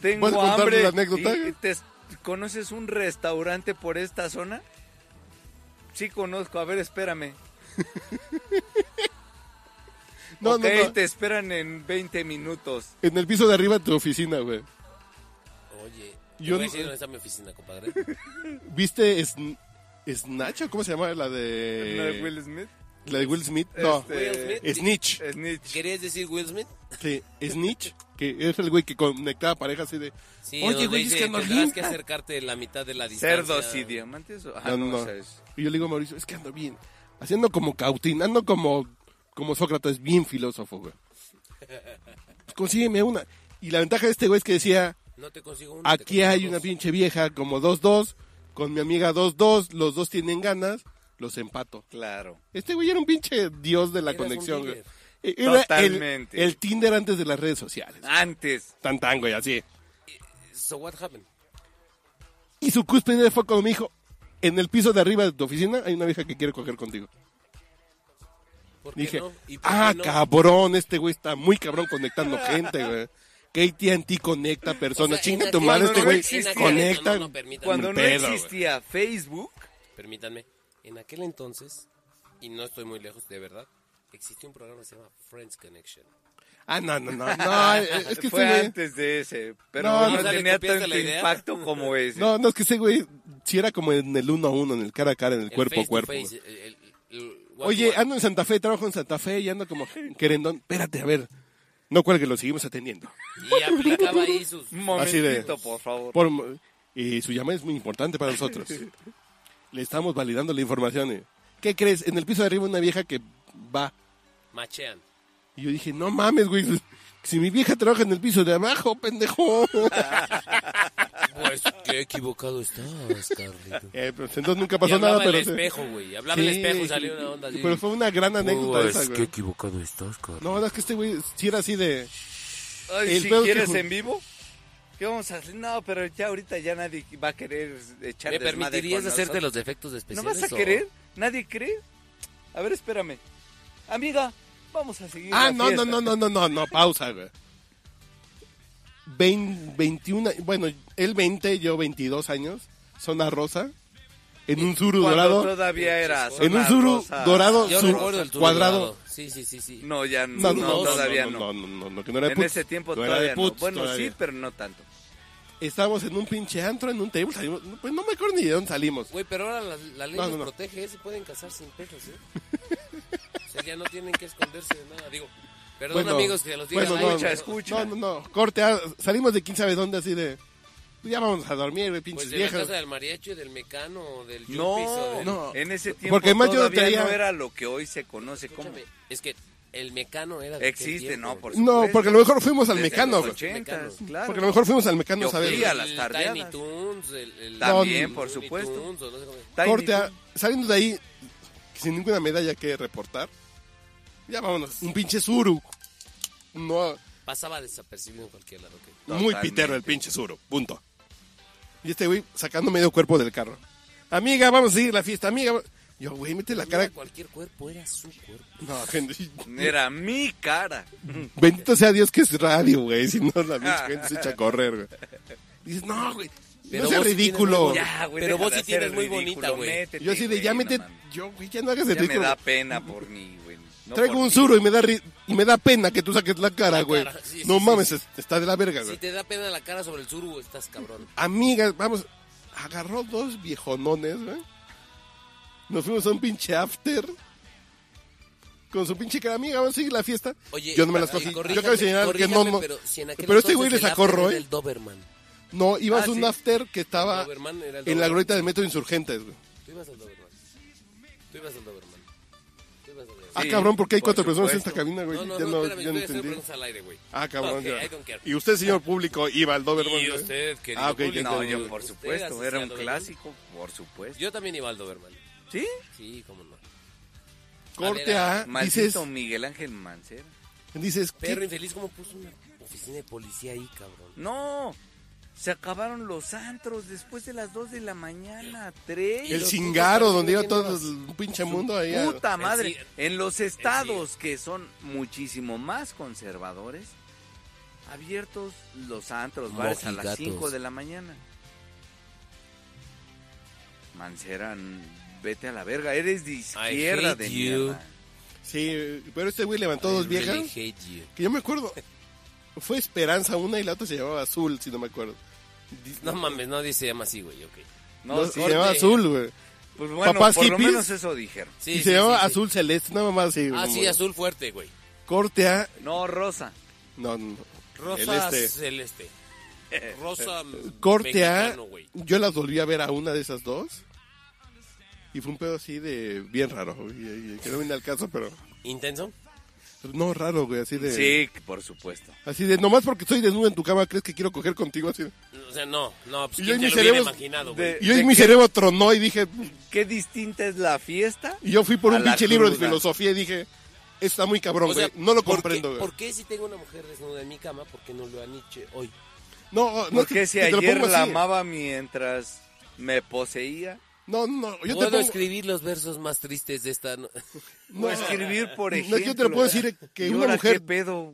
Speaker 3: tengo
Speaker 2: ¿Vas a contar
Speaker 3: hambre.
Speaker 2: la anécdota?
Speaker 3: y- y te- ¿Conoces un restaurante por esta zona? Sí conozco, a ver, espérame.
Speaker 2: no,
Speaker 3: ok,
Speaker 2: no, no.
Speaker 3: te esperan en 20 minutos.
Speaker 2: este- En el piso de arriba de tu oficina, güey.
Speaker 1: Oye, te
Speaker 2: Yo
Speaker 1: voy a
Speaker 2: no-
Speaker 1: decir dónde está mi oficina, compadre.
Speaker 2: ¿Viste Sn- Snatch o cómo se llama la
Speaker 3: ¿No es
Speaker 2: de.
Speaker 3: Will Smith?
Speaker 2: La de Will Smith? No.
Speaker 3: Este, eh,
Speaker 1: Will Smith.
Speaker 2: Snitch.
Speaker 3: Snitch.
Speaker 1: ¿Querías decir Will Smith?
Speaker 2: Sí, Snitch. Que es el güey que conectaba parejas así de.
Speaker 1: Sí,
Speaker 2: Oye,
Speaker 1: donde
Speaker 2: güey, es
Speaker 1: dice,
Speaker 2: que nos
Speaker 1: tendrás que
Speaker 2: limpia".
Speaker 1: acercarte la mitad de la distancia.
Speaker 3: Cerdos y diamantes. o- ah,
Speaker 2: No, no,
Speaker 3: no,
Speaker 2: no.
Speaker 3: ¿sabes?
Speaker 2: Y yo le digo a Mauricio, es que ando bien. Haciendo como cautín, ando como, como Sócrates, bien filósofo, güey. Pues consígueme una. Y la ventaja de este güey es que decía,
Speaker 1: No te consigo uno, te
Speaker 2: aquí
Speaker 1: consigo
Speaker 2: hay
Speaker 1: dos.
Speaker 2: una pinche vieja como 2-2, con mi amiga 2-2, los dos tienen ganas, los empato.
Speaker 3: Claro.
Speaker 2: Este güey era un pinche dios de la
Speaker 1: Eras un
Speaker 2: conexión, güey. E-,
Speaker 1: Tinder.
Speaker 2: Era el,
Speaker 3: Totalmente.
Speaker 2: el Tinder antes de las redes sociales.
Speaker 3: Antes.
Speaker 2: Tan tan, güey, así.
Speaker 1: So what happened?
Speaker 2: Y su cúspide fue cuando me dijo, en el piso de arriba de tu oficina hay una vieja que quiere coger contigo.
Speaker 1: ¿Por qué
Speaker 2: Dije,
Speaker 1: no? ¿Y por
Speaker 2: ah,
Speaker 1: qué no?
Speaker 2: cabrón, este güey está muy cabrón conectando gente, güey. Que AT&T conecta personas.
Speaker 1: O sea,
Speaker 2: Chinga
Speaker 1: en
Speaker 2: tu
Speaker 1: aquel-
Speaker 2: madre,
Speaker 3: cuando
Speaker 2: este
Speaker 3: no
Speaker 2: güey
Speaker 3: existía-
Speaker 2: conecta.
Speaker 1: No, no, no, permítame.
Speaker 3: Cuando
Speaker 2: Un
Speaker 3: no
Speaker 2: pedo, güey.
Speaker 3: existía Facebook,
Speaker 1: Permítanme, en aquel entonces, y no estoy muy lejos, de verdad, existió un programa que se llama Friends Connection.
Speaker 2: Ah, no, no, no. no eh, es que este
Speaker 3: fue
Speaker 2: güey...
Speaker 3: antes de ese. Pero
Speaker 2: No,
Speaker 3: no,
Speaker 2: no
Speaker 1: le
Speaker 3: tenía
Speaker 1: copiaste
Speaker 3: tanto
Speaker 1: la idea.
Speaker 3: impacto como ese.
Speaker 2: No, no, es que ese güey si era como en el uno a uno, en el cara a cara, en el,
Speaker 1: El
Speaker 2: cuerpo
Speaker 1: face
Speaker 2: a
Speaker 1: to
Speaker 2: cuerpo.
Speaker 1: face,
Speaker 2: güey.
Speaker 1: el- el- el one to
Speaker 2: Oye,
Speaker 1: one.
Speaker 2: ando en Santa Fe, trabajo en Santa Fe y ando como querendón. Espérate, a ver. No cuelgue, lo seguimos atendiendo.
Speaker 1: Y aplicaba ahí sus...
Speaker 3: Un
Speaker 2: Así de-
Speaker 3: momentito, por favor.
Speaker 2: Por- y su llamada es muy importante para nosotros. Le estamos validando la información. eh. ¿Qué crees? En el piso de arriba una vieja que va.
Speaker 1: Machean.
Speaker 2: Y yo dije, no mames, güey. pues, Si mi vieja trabaja en el piso de abajo, pendejo.
Speaker 1: Pues qué equivocado estás, Carlito.
Speaker 2: Eh, pues, entonces nunca
Speaker 1: Y
Speaker 2: pasó
Speaker 1: hablaba
Speaker 2: nada, pero...
Speaker 1: el espejo, güey. Hablaba el
Speaker 2: Sí,
Speaker 1: espejo, salió una onda así.
Speaker 2: Pero fue una gran anécdota
Speaker 1: Pues
Speaker 2: esa,
Speaker 1: qué
Speaker 2: güey.
Speaker 1: equivocado estás, Carlito.
Speaker 2: No, es que este güey sí era así de...
Speaker 3: Ay,
Speaker 2: el
Speaker 3: si
Speaker 2: pedo que
Speaker 3: quieres
Speaker 2: ju-
Speaker 3: en vivo, ¿qué vamos a hacer? No, pero ya ahorita ya nadie va a querer echar
Speaker 1: ¿Me
Speaker 3: desmadre
Speaker 1: permitirías
Speaker 3: con
Speaker 1: hacerte
Speaker 3: nosotros.
Speaker 1: los defectos
Speaker 3: ¿No
Speaker 1: especiales?
Speaker 3: vas a
Speaker 1: o-
Speaker 3: querer? ¿Nadie cree? A ver, espérame. Amiga, vamos a seguir.
Speaker 2: Ah,
Speaker 3: la
Speaker 2: no, no,
Speaker 3: fiesta.
Speaker 2: no, no, no, no, no, pausa, güey. Vein- 21, bueno, él 20, yo 22 años, zona rosa, en un suru
Speaker 3: Cuando
Speaker 2: dorado,
Speaker 3: Todavía era.
Speaker 2: en un
Speaker 3: zona
Speaker 2: suru
Speaker 3: rosa.
Speaker 2: dorado,
Speaker 1: Yo
Speaker 2: sur-
Speaker 1: recuerdo el turno
Speaker 2: cuadrado.
Speaker 1: dorado. Sí, sí, sí, sí.
Speaker 3: No, ya
Speaker 2: No,
Speaker 3: no,
Speaker 2: no, no,
Speaker 3: todavía no.
Speaker 2: no, no, no, no, que no era de
Speaker 3: En
Speaker 2: putz,
Speaker 3: ese tiempo
Speaker 2: no era de
Speaker 3: todavía no.
Speaker 2: putz,
Speaker 3: Bueno,
Speaker 2: todavía.
Speaker 3: sí, pero no tanto.
Speaker 2: Estábamos en un pinche antro, en un table, salimos, no, pues no me acuerdo ni de dónde salimos.
Speaker 1: Güey, pero ahora la, la ley
Speaker 2: No,
Speaker 1: los
Speaker 2: no, no.
Speaker 1: protege, ¿eh? se pueden casar sin pelos, ¿eh? o sea, ya no tienen que esconderse de nada. Digo, perdón
Speaker 2: Bueno,
Speaker 1: amigos que los diga.
Speaker 2: bueno,
Speaker 1: Ay,
Speaker 2: no,
Speaker 1: pero-
Speaker 3: escucha, escucha.
Speaker 2: No, no, no, corte, ah, salimos de quién sabe dónde, así de, "Pues ya vamos a dormir, güey, pinches
Speaker 1: Pues de la
Speaker 2: viejas.
Speaker 1: casa del mariachi, del mecano, del yupis o
Speaker 3: No,
Speaker 1: del...
Speaker 2: no.
Speaker 3: en ese tiempo
Speaker 2: Porque además yo
Speaker 3: todavía
Speaker 2: traía-
Speaker 3: no era lo que hoy se conoce como...
Speaker 1: Escúchame, es que el mecano era de aquel
Speaker 3: Existe,
Speaker 1: tiempo.
Speaker 3: no, por
Speaker 2: No, porque a lo mejor fuimos al
Speaker 3: Desde
Speaker 2: mecano,
Speaker 3: los
Speaker 2: güey.
Speaker 3: ochentas,
Speaker 1: Mecano.
Speaker 3: claro.
Speaker 2: Porque a lo mejor fuimos al mecano,
Speaker 3: Yo
Speaker 2: ¿sabes?
Speaker 3: fui
Speaker 1: El
Speaker 3: a las
Speaker 1: Tiny
Speaker 3: tardeadas.
Speaker 1: Toons, el, el-
Speaker 3: También,
Speaker 1: el
Speaker 3: por
Speaker 1: Looney
Speaker 3: supuesto.
Speaker 1: Tunes, o no sé cómo-
Speaker 3: Tiny
Speaker 2: Corte, a-
Speaker 3: Toon.
Speaker 2: saliendo de ahí, sin ninguna medalla que reportar, ya vámonos. Un pinche suru. No,
Speaker 1: Pasaba desapercibido en cualquier lado. que-
Speaker 2: muy
Speaker 3: Totalmente.
Speaker 2: pitero el pinche suru, punto. Y este güey sacando medio cuerpo del carro. Amiga, vamos a seguir la fiesta, amiga. va- Yo, güey, mete la
Speaker 1: Mira,
Speaker 2: cara.
Speaker 1: Cualquier cuerpo era su cuerpo.
Speaker 2: No, gente.
Speaker 3: Era mi cara.
Speaker 2: Bendito sea Dios que es radio, güey. Si no, la pinche gente se echa a correr, güey. Dices, no, güey.
Speaker 1: Pero
Speaker 2: No sea
Speaker 1: vos sí tienes
Speaker 2: ridículo.
Speaker 1: muy
Speaker 3: Ya, güey,
Speaker 1: Pero
Speaker 3: deja
Speaker 1: vos
Speaker 3: de
Speaker 1: sí
Speaker 3: hacer
Speaker 1: tienes muy
Speaker 3: ridículo,
Speaker 1: bonita, güey.
Speaker 3: métete,
Speaker 2: Yo así de,
Speaker 3: güey,
Speaker 2: ya
Speaker 3: no
Speaker 2: mete.
Speaker 3: mames.
Speaker 2: Yo, güey, ya no hagas el
Speaker 3: Ya me
Speaker 2: ridículo.
Speaker 3: da pena por mí, güey. No
Speaker 2: Traigo
Speaker 3: por
Speaker 2: un
Speaker 3: ti.
Speaker 2: suro y me da ri- y me da pena que tú saques la cara,
Speaker 1: La
Speaker 2: güey.
Speaker 1: cara, sí,
Speaker 2: no
Speaker 1: sí,
Speaker 2: mames,
Speaker 1: sí,
Speaker 2: es- está de la verga, güey.
Speaker 1: Si te da pena la cara sobre el suru, estás cabrón.
Speaker 2: Amigas, vamos, agarró dos viejonones, güey. Nos fuimos a un pinche after. Con su pinche cara, amiga, vamos a seguir la fiesta.
Speaker 1: Oye,
Speaker 2: yo no me las
Speaker 1: oye,
Speaker 2: cogí. Yo
Speaker 1: corríjame,
Speaker 2: acabo de señalar que no,
Speaker 1: corríjame,
Speaker 2: no.
Speaker 1: Pero, si en aquel
Speaker 2: pero este
Speaker 1: entonces
Speaker 2: güey le
Speaker 1: el
Speaker 2: sacó
Speaker 1: after era
Speaker 2: Roy.
Speaker 1: El Doberman.
Speaker 2: No, ibas
Speaker 3: Ah,
Speaker 2: a un
Speaker 3: sí.
Speaker 2: after que estaba
Speaker 1: Doberman era el
Speaker 2: en la
Speaker 1: Doberman.
Speaker 2: glorieta de Metro Insurgentes, güey.
Speaker 1: Tú ibas al Doberman. Tú ibas al Doberman. Tú ibas al Doberman.
Speaker 2: Ah,
Speaker 3: Sí,
Speaker 2: cabrón, porque hay
Speaker 3: por
Speaker 2: cuatro personas en
Speaker 3: supuesto.
Speaker 2: esta cabina, güey.
Speaker 1: No, no,
Speaker 2: ya
Speaker 1: no,
Speaker 2: no,
Speaker 1: espérame,
Speaker 2: ya
Speaker 1: estoy
Speaker 2: no
Speaker 1: haciendo
Speaker 2: entendí.
Speaker 1: preguntas al aire, güey.
Speaker 2: Ah, cabrón.
Speaker 1: Ok,
Speaker 2: ya.
Speaker 1: I don't care.
Speaker 2: Y usted, señor público, iba al Doberman.
Speaker 1: Y
Speaker 2: güey.
Speaker 1: usted, querido
Speaker 2: Ah, ok, ya
Speaker 1: público,
Speaker 3: No, yo
Speaker 1: usted
Speaker 3: por
Speaker 1: asistía
Speaker 3: supuesto,
Speaker 1: a
Speaker 3: era un
Speaker 1: Doberman.
Speaker 3: clásico, por supuesto.
Speaker 1: Yo también iba al Doberman.
Speaker 3: ¿Sí?
Speaker 1: Sí, cómo no.
Speaker 2: Corte
Speaker 1: A
Speaker 2: A,
Speaker 1: ver,
Speaker 2: dices,
Speaker 3: Maldito Miguel Ángel Mancera.
Speaker 2: dices, ¿qué
Speaker 1: Perro infeliz, ¿cómo puso una oficina de policía ahí, cabrón?
Speaker 3: No, se acabaron los antros después de las 2 de la mañana, 3.
Speaker 2: El
Speaker 1: los
Speaker 2: cingaro
Speaker 1: putos
Speaker 2: donde iba
Speaker 1: también
Speaker 2: todo el pinche mundo ahí. a-
Speaker 3: Puta madre,
Speaker 1: El sí-
Speaker 3: en los estados que son muchísimo más conservadores, abiertos los antros, bares a las
Speaker 1: Mojigatos.
Speaker 3: 5 de la mañana. Mancera, n- vete a la verga, eres de izquierda
Speaker 1: hate
Speaker 3: de
Speaker 1: you.
Speaker 3: mierda.
Speaker 2: Sí, pero este güey levantó dos
Speaker 1: I
Speaker 2: viejas.
Speaker 1: really hate you.
Speaker 2: Que yo me acuerdo. Fue Esperanza una y la otra se llamaba Azul, si no me acuerdo.
Speaker 1: No mames, nadie se llama así, güey, ok.
Speaker 3: No,
Speaker 2: No,
Speaker 3: sí,
Speaker 2: se llamaba Azul, güey.
Speaker 3: pues bueno,
Speaker 2: papás
Speaker 3: por lo
Speaker 2: hippies.
Speaker 3: menos eso dijeron.
Speaker 1: Sí,
Speaker 2: y
Speaker 1: sí,
Speaker 2: se llamaba
Speaker 1: sí, sí.
Speaker 2: Azul Celeste, una mamá así.
Speaker 1: Ah,
Speaker 2: güey.
Speaker 1: sí, azul fuerte, güey.
Speaker 2: Corte A.
Speaker 3: No, Rosa.
Speaker 2: No, no. no.
Speaker 1: Rosa
Speaker 2: El este.
Speaker 1: celeste. Rosa
Speaker 2: Corte
Speaker 1: mexicano,
Speaker 2: A.
Speaker 1: güey.
Speaker 2: Yo las volví a ver a una de esas dos. Y fue un pedo así de. Bien raro. güey, y- y que no viene al caso, pero.
Speaker 1: ¿Intenso?
Speaker 2: No, raro, güey. Así de.
Speaker 3: Sí, por supuesto.
Speaker 2: Así de, nomás porque estoy desnudo en tu cama, ¿crees que quiero coger contigo? Así de-
Speaker 1: O sea, no, no, pues
Speaker 2: Y
Speaker 1: ¿quién
Speaker 2: hoy
Speaker 1: te
Speaker 2: mis
Speaker 1: lo hubiera
Speaker 2: cerebros
Speaker 1: imaginado,
Speaker 3: de-
Speaker 1: güey?
Speaker 2: Y hoy mi cerebro tronó y dije,
Speaker 3: Qué distinta es la fiesta.
Speaker 2: y yo fui por
Speaker 3: A
Speaker 2: un
Speaker 3: la
Speaker 2: pinche libro de
Speaker 3: cruda.
Speaker 2: filosofía y dije, está muy cabrón,
Speaker 1: O
Speaker 2: güey,
Speaker 1: sea,
Speaker 2: no lo
Speaker 1: ¿por qué-
Speaker 2: comprendo, güey.
Speaker 1: ¿Por qué si tengo una mujer desnuda en mi cama, por qué no lo aniche hoy?
Speaker 2: No, no,
Speaker 3: Porque
Speaker 2: te-
Speaker 3: si
Speaker 2: te lo
Speaker 3: ayer
Speaker 2: pongo
Speaker 3: la
Speaker 2: así.
Speaker 3: amaba mientras me poseía.
Speaker 2: No, no, yo te
Speaker 1: Puedo
Speaker 2: pongo...
Speaker 1: escribir los versos más tristes de esta... no-
Speaker 2: no,
Speaker 3: No, escribir, por
Speaker 2: no,
Speaker 3: ejemplo.
Speaker 2: yo te lo puedo decir que
Speaker 3: ¿Y
Speaker 2: una
Speaker 3: ahora
Speaker 2: mujer-
Speaker 3: qué pedo?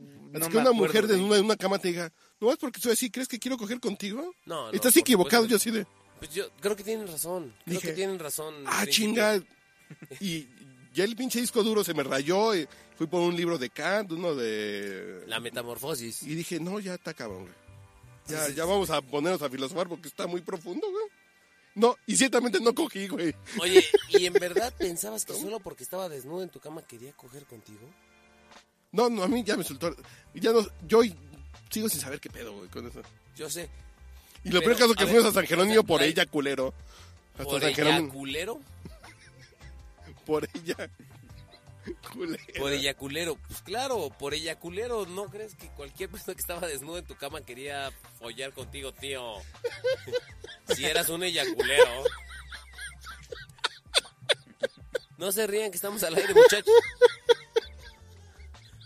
Speaker 2: Es
Speaker 3: No
Speaker 2: que
Speaker 3: me
Speaker 2: una
Speaker 3: acuerdo,
Speaker 2: mujer
Speaker 3: güey.
Speaker 2: desnuda en una cama te diga, nomás porque soy así, ¿crees que quiero coger contigo?
Speaker 1: No, no,
Speaker 2: Estás
Speaker 1: por
Speaker 2: equivocado, yo así
Speaker 1: supuesto.
Speaker 2: de,
Speaker 1: Pues yo creo que tienen razón. Creo
Speaker 2: Dije,
Speaker 1: que tienen razón.
Speaker 2: ah,
Speaker 1: Príncipe.
Speaker 2: chinga. Y ya el pinche disco duro se me rayó, y fui por un libro de Kant, uno de...
Speaker 1: La metamorfosis.
Speaker 2: Y dije, no, ya está cabrón, güey. Ya, ya vamos a ponernos a filosofar porque está muy profundo, güey. No, y ciertamente no cogí, güey.
Speaker 1: Oye, ¿y en verdad pensabas que solo porque estaba desnudo en tu cama quería coger contigo?
Speaker 2: No, no, a mí ya me soltó. Ya no, yo sigo sin saber qué pedo, güey, con eso.
Speaker 1: Yo sé.
Speaker 2: Y lo
Speaker 1: Pero,
Speaker 2: peor caso que
Speaker 1: a
Speaker 2: fuimos
Speaker 1: ver,
Speaker 2: a San
Speaker 1: o
Speaker 2: Jerónimo
Speaker 1: sea,
Speaker 2: por
Speaker 1: la-
Speaker 2: ella, culero. Hasta
Speaker 1: Por
Speaker 2: San
Speaker 1: ella
Speaker 2: Jerónimo.
Speaker 1: culero.
Speaker 2: por ella. Culero.
Speaker 1: Por ella culero. Pues claro, por ella culero. ¿No crees que cualquier persona que estaba desnuda en tu cama quería follar contigo, tío? si eras un ella culero. No se rían que estamos al aire, muchachos.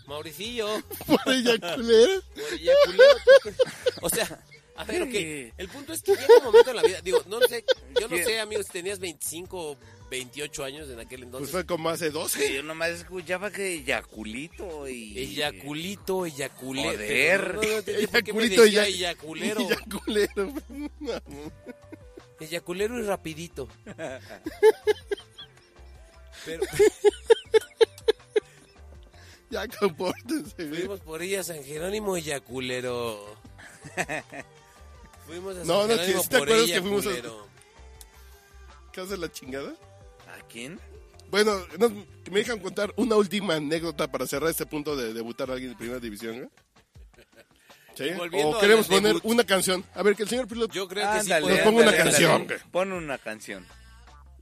Speaker 1: Mauricillo.
Speaker 2: Por ella culera.
Speaker 1: Por ella culero. ¿tú crees? O sea, a ver, ok. El punto es que llega un momento en la vida. Digo, no sé. Yo no sé, amigos, si tenías 25 o 28 años en aquel
Speaker 2: Pues
Speaker 1: entonces.
Speaker 2: fue como hace
Speaker 3: Que
Speaker 2: 12.
Speaker 3: yo nomás escuchaba que Yaculito y...
Speaker 1: Eyaculito, eyaculero.
Speaker 3: Joder.
Speaker 1: No, no, no, ¿por qué me
Speaker 2: Eyaculito,
Speaker 1: decía
Speaker 2: eyac-
Speaker 1: eyaculero?
Speaker 2: Ella culero. No,
Speaker 1: Eyaculero y rapidito. Pero
Speaker 2: ya compórtense, güey.
Speaker 1: fuimos por ella a San Jerónimo, eyaculero. Fuimos a San
Speaker 2: No, no, que
Speaker 1: Jerónimo
Speaker 2: sí te
Speaker 1: por
Speaker 2: acuerdas que fuimos a-
Speaker 1: eyaculero.
Speaker 2: ¿Qué hace la chingada?
Speaker 3: ¿A quién?
Speaker 2: Bueno, no, que me dejan contar una última anécdota para cerrar este punto de debutar a alguien en primera división, güey. ¿Sí?
Speaker 1: Volviendo
Speaker 2: O queremos
Speaker 1: al
Speaker 2: poner
Speaker 1: debut.
Speaker 2: una canción. A ver, que el señor piloto.
Speaker 1: Yo creo que sí.
Speaker 3: Ándale,
Speaker 1: podemos-
Speaker 2: Nos pongo una
Speaker 3: ándale,
Speaker 2: canción,
Speaker 3: ándale.
Speaker 2: güey.
Speaker 3: Pon una canción.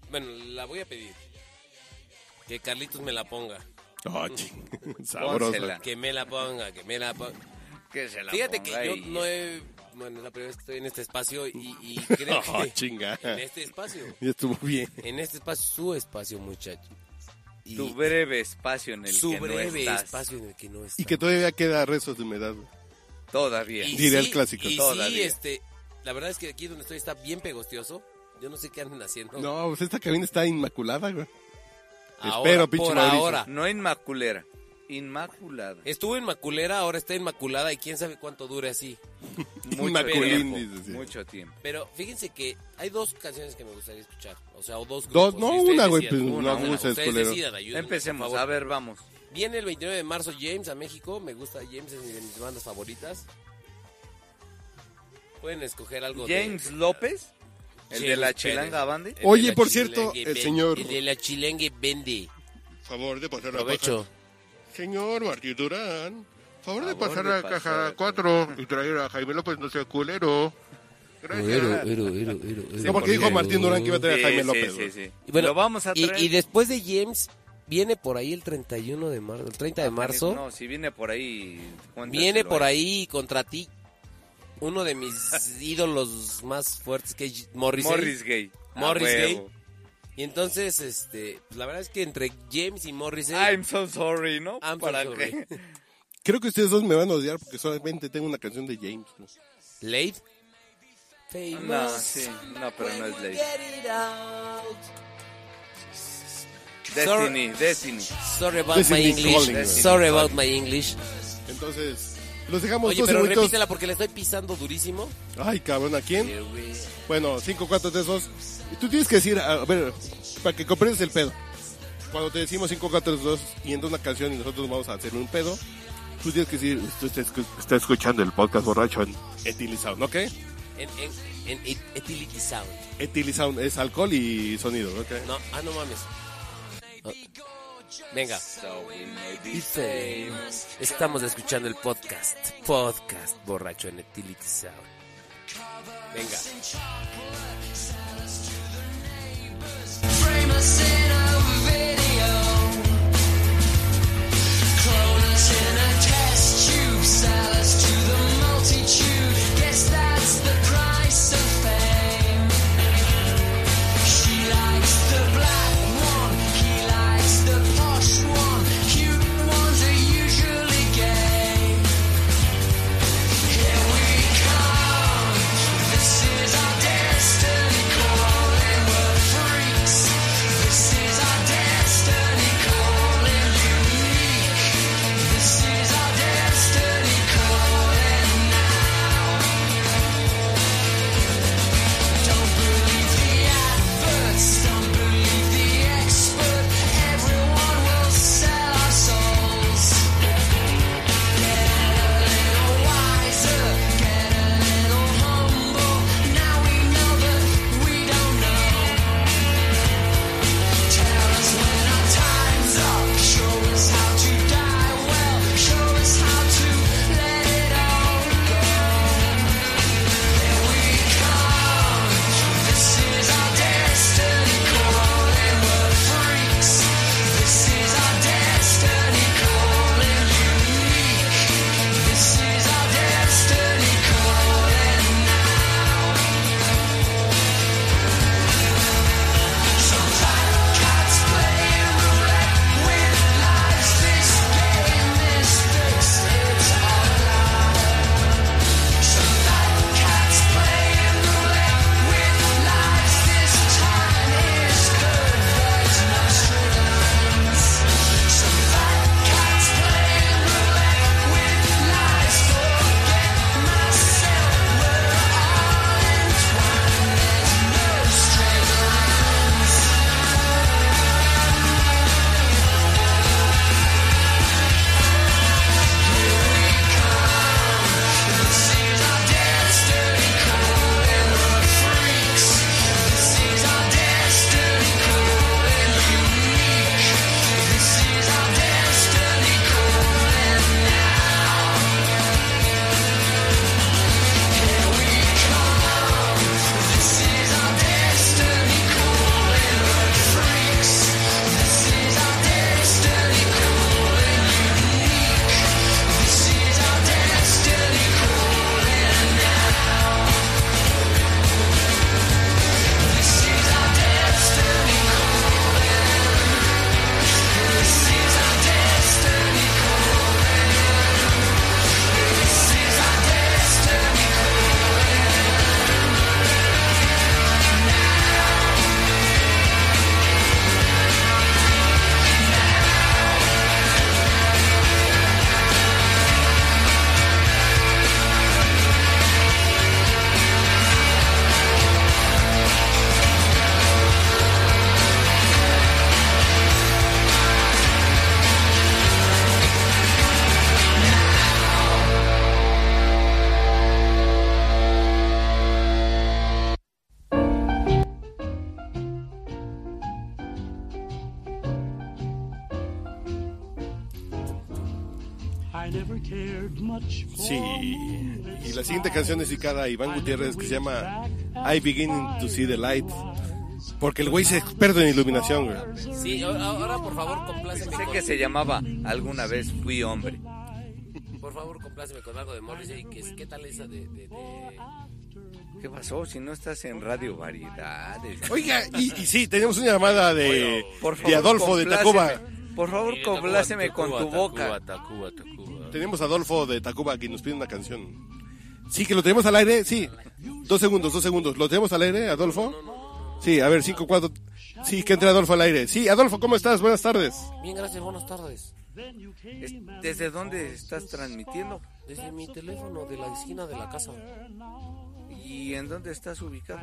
Speaker 1: Bueno, la voy a pedir. Que Carlitos me la ponga.
Speaker 2: Oh, ching. Sabrosa.
Speaker 3: Pónsela.
Speaker 1: Que me la ponga, que me la ponga.
Speaker 3: Que se la
Speaker 1: Fíjate que
Speaker 3: ponga
Speaker 1: yo
Speaker 3: y-
Speaker 1: no he... Bueno, es la primera vez que estoy en este espacio y, y creo
Speaker 2: Oh,
Speaker 1: que...
Speaker 2: chinga.
Speaker 1: En este espacio.
Speaker 2: Ya estuvo bien.
Speaker 1: En este espacio, su espacio, muchacho. Y
Speaker 3: Tu breve espacio en el
Speaker 1: su
Speaker 3: que no
Speaker 1: breve
Speaker 3: estás.
Speaker 1: espacio en el que no está.
Speaker 2: Y que todavía queda restos de humedad, güey.
Speaker 3: Todavía.
Speaker 1: Y
Speaker 2: diría el clásico.
Speaker 1: Y sí,
Speaker 3: Todavía.
Speaker 1: este, la verdad es que aquí donde estoy está bien pegostioso. Yo no sé qué andan haciendo.
Speaker 2: No, pues esta cabina está inmaculada, güey.
Speaker 1: Ahora,
Speaker 2: espero, pinche
Speaker 1: por
Speaker 2: Mauricio.
Speaker 1: ahora.
Speaker 3: No inmaculera. Inmaculada.
Speaker 1: Estuvo en Maculera, ahora está inmaculada y quién sabe cuánto dure así.
Speaker 2: Inmaculín,
Speaker 3: tiempo,
Speaker 2: dices, sí.
Speaker 3: Mucho tiempo.
Speaker 1: Pero fíjense que hay dos canciones que me gustaría escuchar. O sea, o dos
Speaker 2: Dos,
Speaker 1: grupos.
Speaker 2: no,
Speaker 1: Si ustedes
Speaker 2: una, güey,
Speaker 1: decidan.
Speaker 2: pues,
Speaker 3: no
Speaker 1: una.
Speaker 2: uses,
Speaker 1: Ustedes
Speaker 2: culero.
Speaker 1: decidan, ayúdenme, por
Speaker 3: Empecemos.
Speaker 1: favor.
Speaker 3: A ver, vamos.
Speaker 1: Viene el 29 de marzo James a México. Me gusta James, es de mis bandas favoritas. Pueden escoger algo de-
Speaker 3: James López, el de
Speaker 1: James
Speaker 3: la
Speaker 1: Pérez.
Speaker 3: Chilanga Bande.
Speaker 1: El
Speaker 2: Oye,
Speaker 1: de la
Speaker 2: por cierto,
Speaker 1: chilengue
Speaker 2: el
Speaker 1: ven-
Speaker 2: señor-
Speaker 1: El de la chilengue vende.
Speaker 2: Favor de pasar
Speaker 1: Aprovecho.
Speaker 2: Señor Martín Durán, favor de
Speaker 3: Favor
Speaker 2: pasar
Speaker 3: de
Speaker 2: a la
Speaker 3: pasar a
Speaker 2: caja
Speaker 3: la
Speaker 2: 4 y traer a Jaime López, no sea culero. Gracias.
Speaker 1: eh,
Speaker 2: No, porque
Speaker 3: Sí,
Speaker 2: dijo
Speaker 3: porque-
Speaker 2: Martín Durán que iba a traer a Jaime López.
Speaker 3: sí,
Speaker 2: güey.
Speaker 3: sí.
Speaker 1: Y bueno,
Speaker 3: Lo vamos a
Speaker 1: y-
Speaker 3: traer.
Speaker 1: Y, después de James, viene por ahí el 31 de marzo, el 30 de marzo.
Speaker 3: Ah, No, si viene por ahí. cuéntaselo
Speaker 1: viene por
Speaker 3: a él.
Speaker 1: ahí contra ti uno de mis ídolos más fuertes que es Morris.
Speaker 3: eh. Morris Gay. A
Speaker 1: Ah, Morris Gay.
Speaker 3: huevo.
Speaker 1: Y entonces, este, pues, la verdad es que entre James y Morris
Speaker 3: I'm so sorry, ¿no?
Speaker 1: I'm so
Speaker 3: ¿Para
Speaker 1: sorry.
Speaker 3: qué?
Speaker 2: Creo que ustedes dos me van a odiar porque solamente tengo una canción de James. güey.
Speaker 1: Late.
Speaker 3: No, Ah, sí. No, pero no es ley. Destiny, Destiny.
Speaker 1: Sorry about
Speaker 2: This is
Speaker 1: my
Speaker 2: Nick
Speaker 1: English.
Speaker 2: Calling,
Speaker 3: güey.
Speaker 1: Sorry about my English.
Speaker 2: Entonces, los dejamos
Speaker 1: Oye,
Speaker 2: dos
Speaker 1: pero
Speaker 2: segunditos.
Speaker 1: repítela porque le estoy pisando durísimo.
Speaker 2: Ay, cabrón, ¿a quién? Bueno, 5, 4, 3, 2. Tú tienes que decir, a ver, para que comprendas el pedo. Cuando te decimos 5, 4, 3, 2 y entra una canción y nosotros vamos a hacer un pedo, tú tienes que decir, usted está, escu- está escuchando el podcast borracho en Ethyl Sound, ¿ok?
Speaker 1: En, en, en it- Etility Sound.
Speaker 2: Ethyl Sound es alcohol y sonido, ¿ok?
Speaker 1: No, ah, no mames. Ah. Venga.
Speaker 3: So we may be
Speaker 1: Dice, Estamos escuchando el podcast. Podcast borracho en Etility Sound. Venga.
Speaker 4: Frame us in a video, clone us in a test tube, sell us to the multitude. Guess that's the price of fame. She likes the black one, he likes the posh one. Cute ones are usually gay. Here we come. This is our destiny calling. We're freaks. This is
Speaker 2: Sí. Y la siguiente canción es dedicada a Iván Gutiérrez que se llama I Begin to See the Light. Porque el güey es experto en iluminación, güey.
Speaker 1: Sí, a- ahora por favor compláceme
Speaker 3: Sé
Speaker 1: con,
Speaker 3: que se llamaba Alguna vez fui hombre.
Speaker 1: por favor, compláceme con algo de Morrissey. que es- ¿Qué tal esa de, de- de-
Speaker 3: ¿Qué pasó? Si no estás en Radio Variedades.
Speaker 2: Oiga, y, y sí, tenemos una llamada de,
Speaker 3: Por
Speaker 2: de Adolfo de Tacuba.
Speaker 3: compláceme. Por favor, compláceme con tu boca.
Speaker 1: Tacuba, Tacuba.
Speaker 2: Tenemos a Adolfo de Tacuba que nos pide una canción. Sí, que lo tenemos al aire, sí. Dos segundos, dos segundos. ¿Lo tenemos al aire, Adolfo? Sí, a ver, cinco, cuatro. Sí, que entre Adolfo al aire. Sí, Adolfo, ¿cómo estás? Buenas tardes.
Speaker 1: Bien, gracias, buenas tardes.
Speaker 3: Es- ¿Desde dónde estás transmitiendo?
Speaker 1: Desde mi teléfono de la esquina de la casa.
Speaker 3: ¿Y en dónde estás ubicado?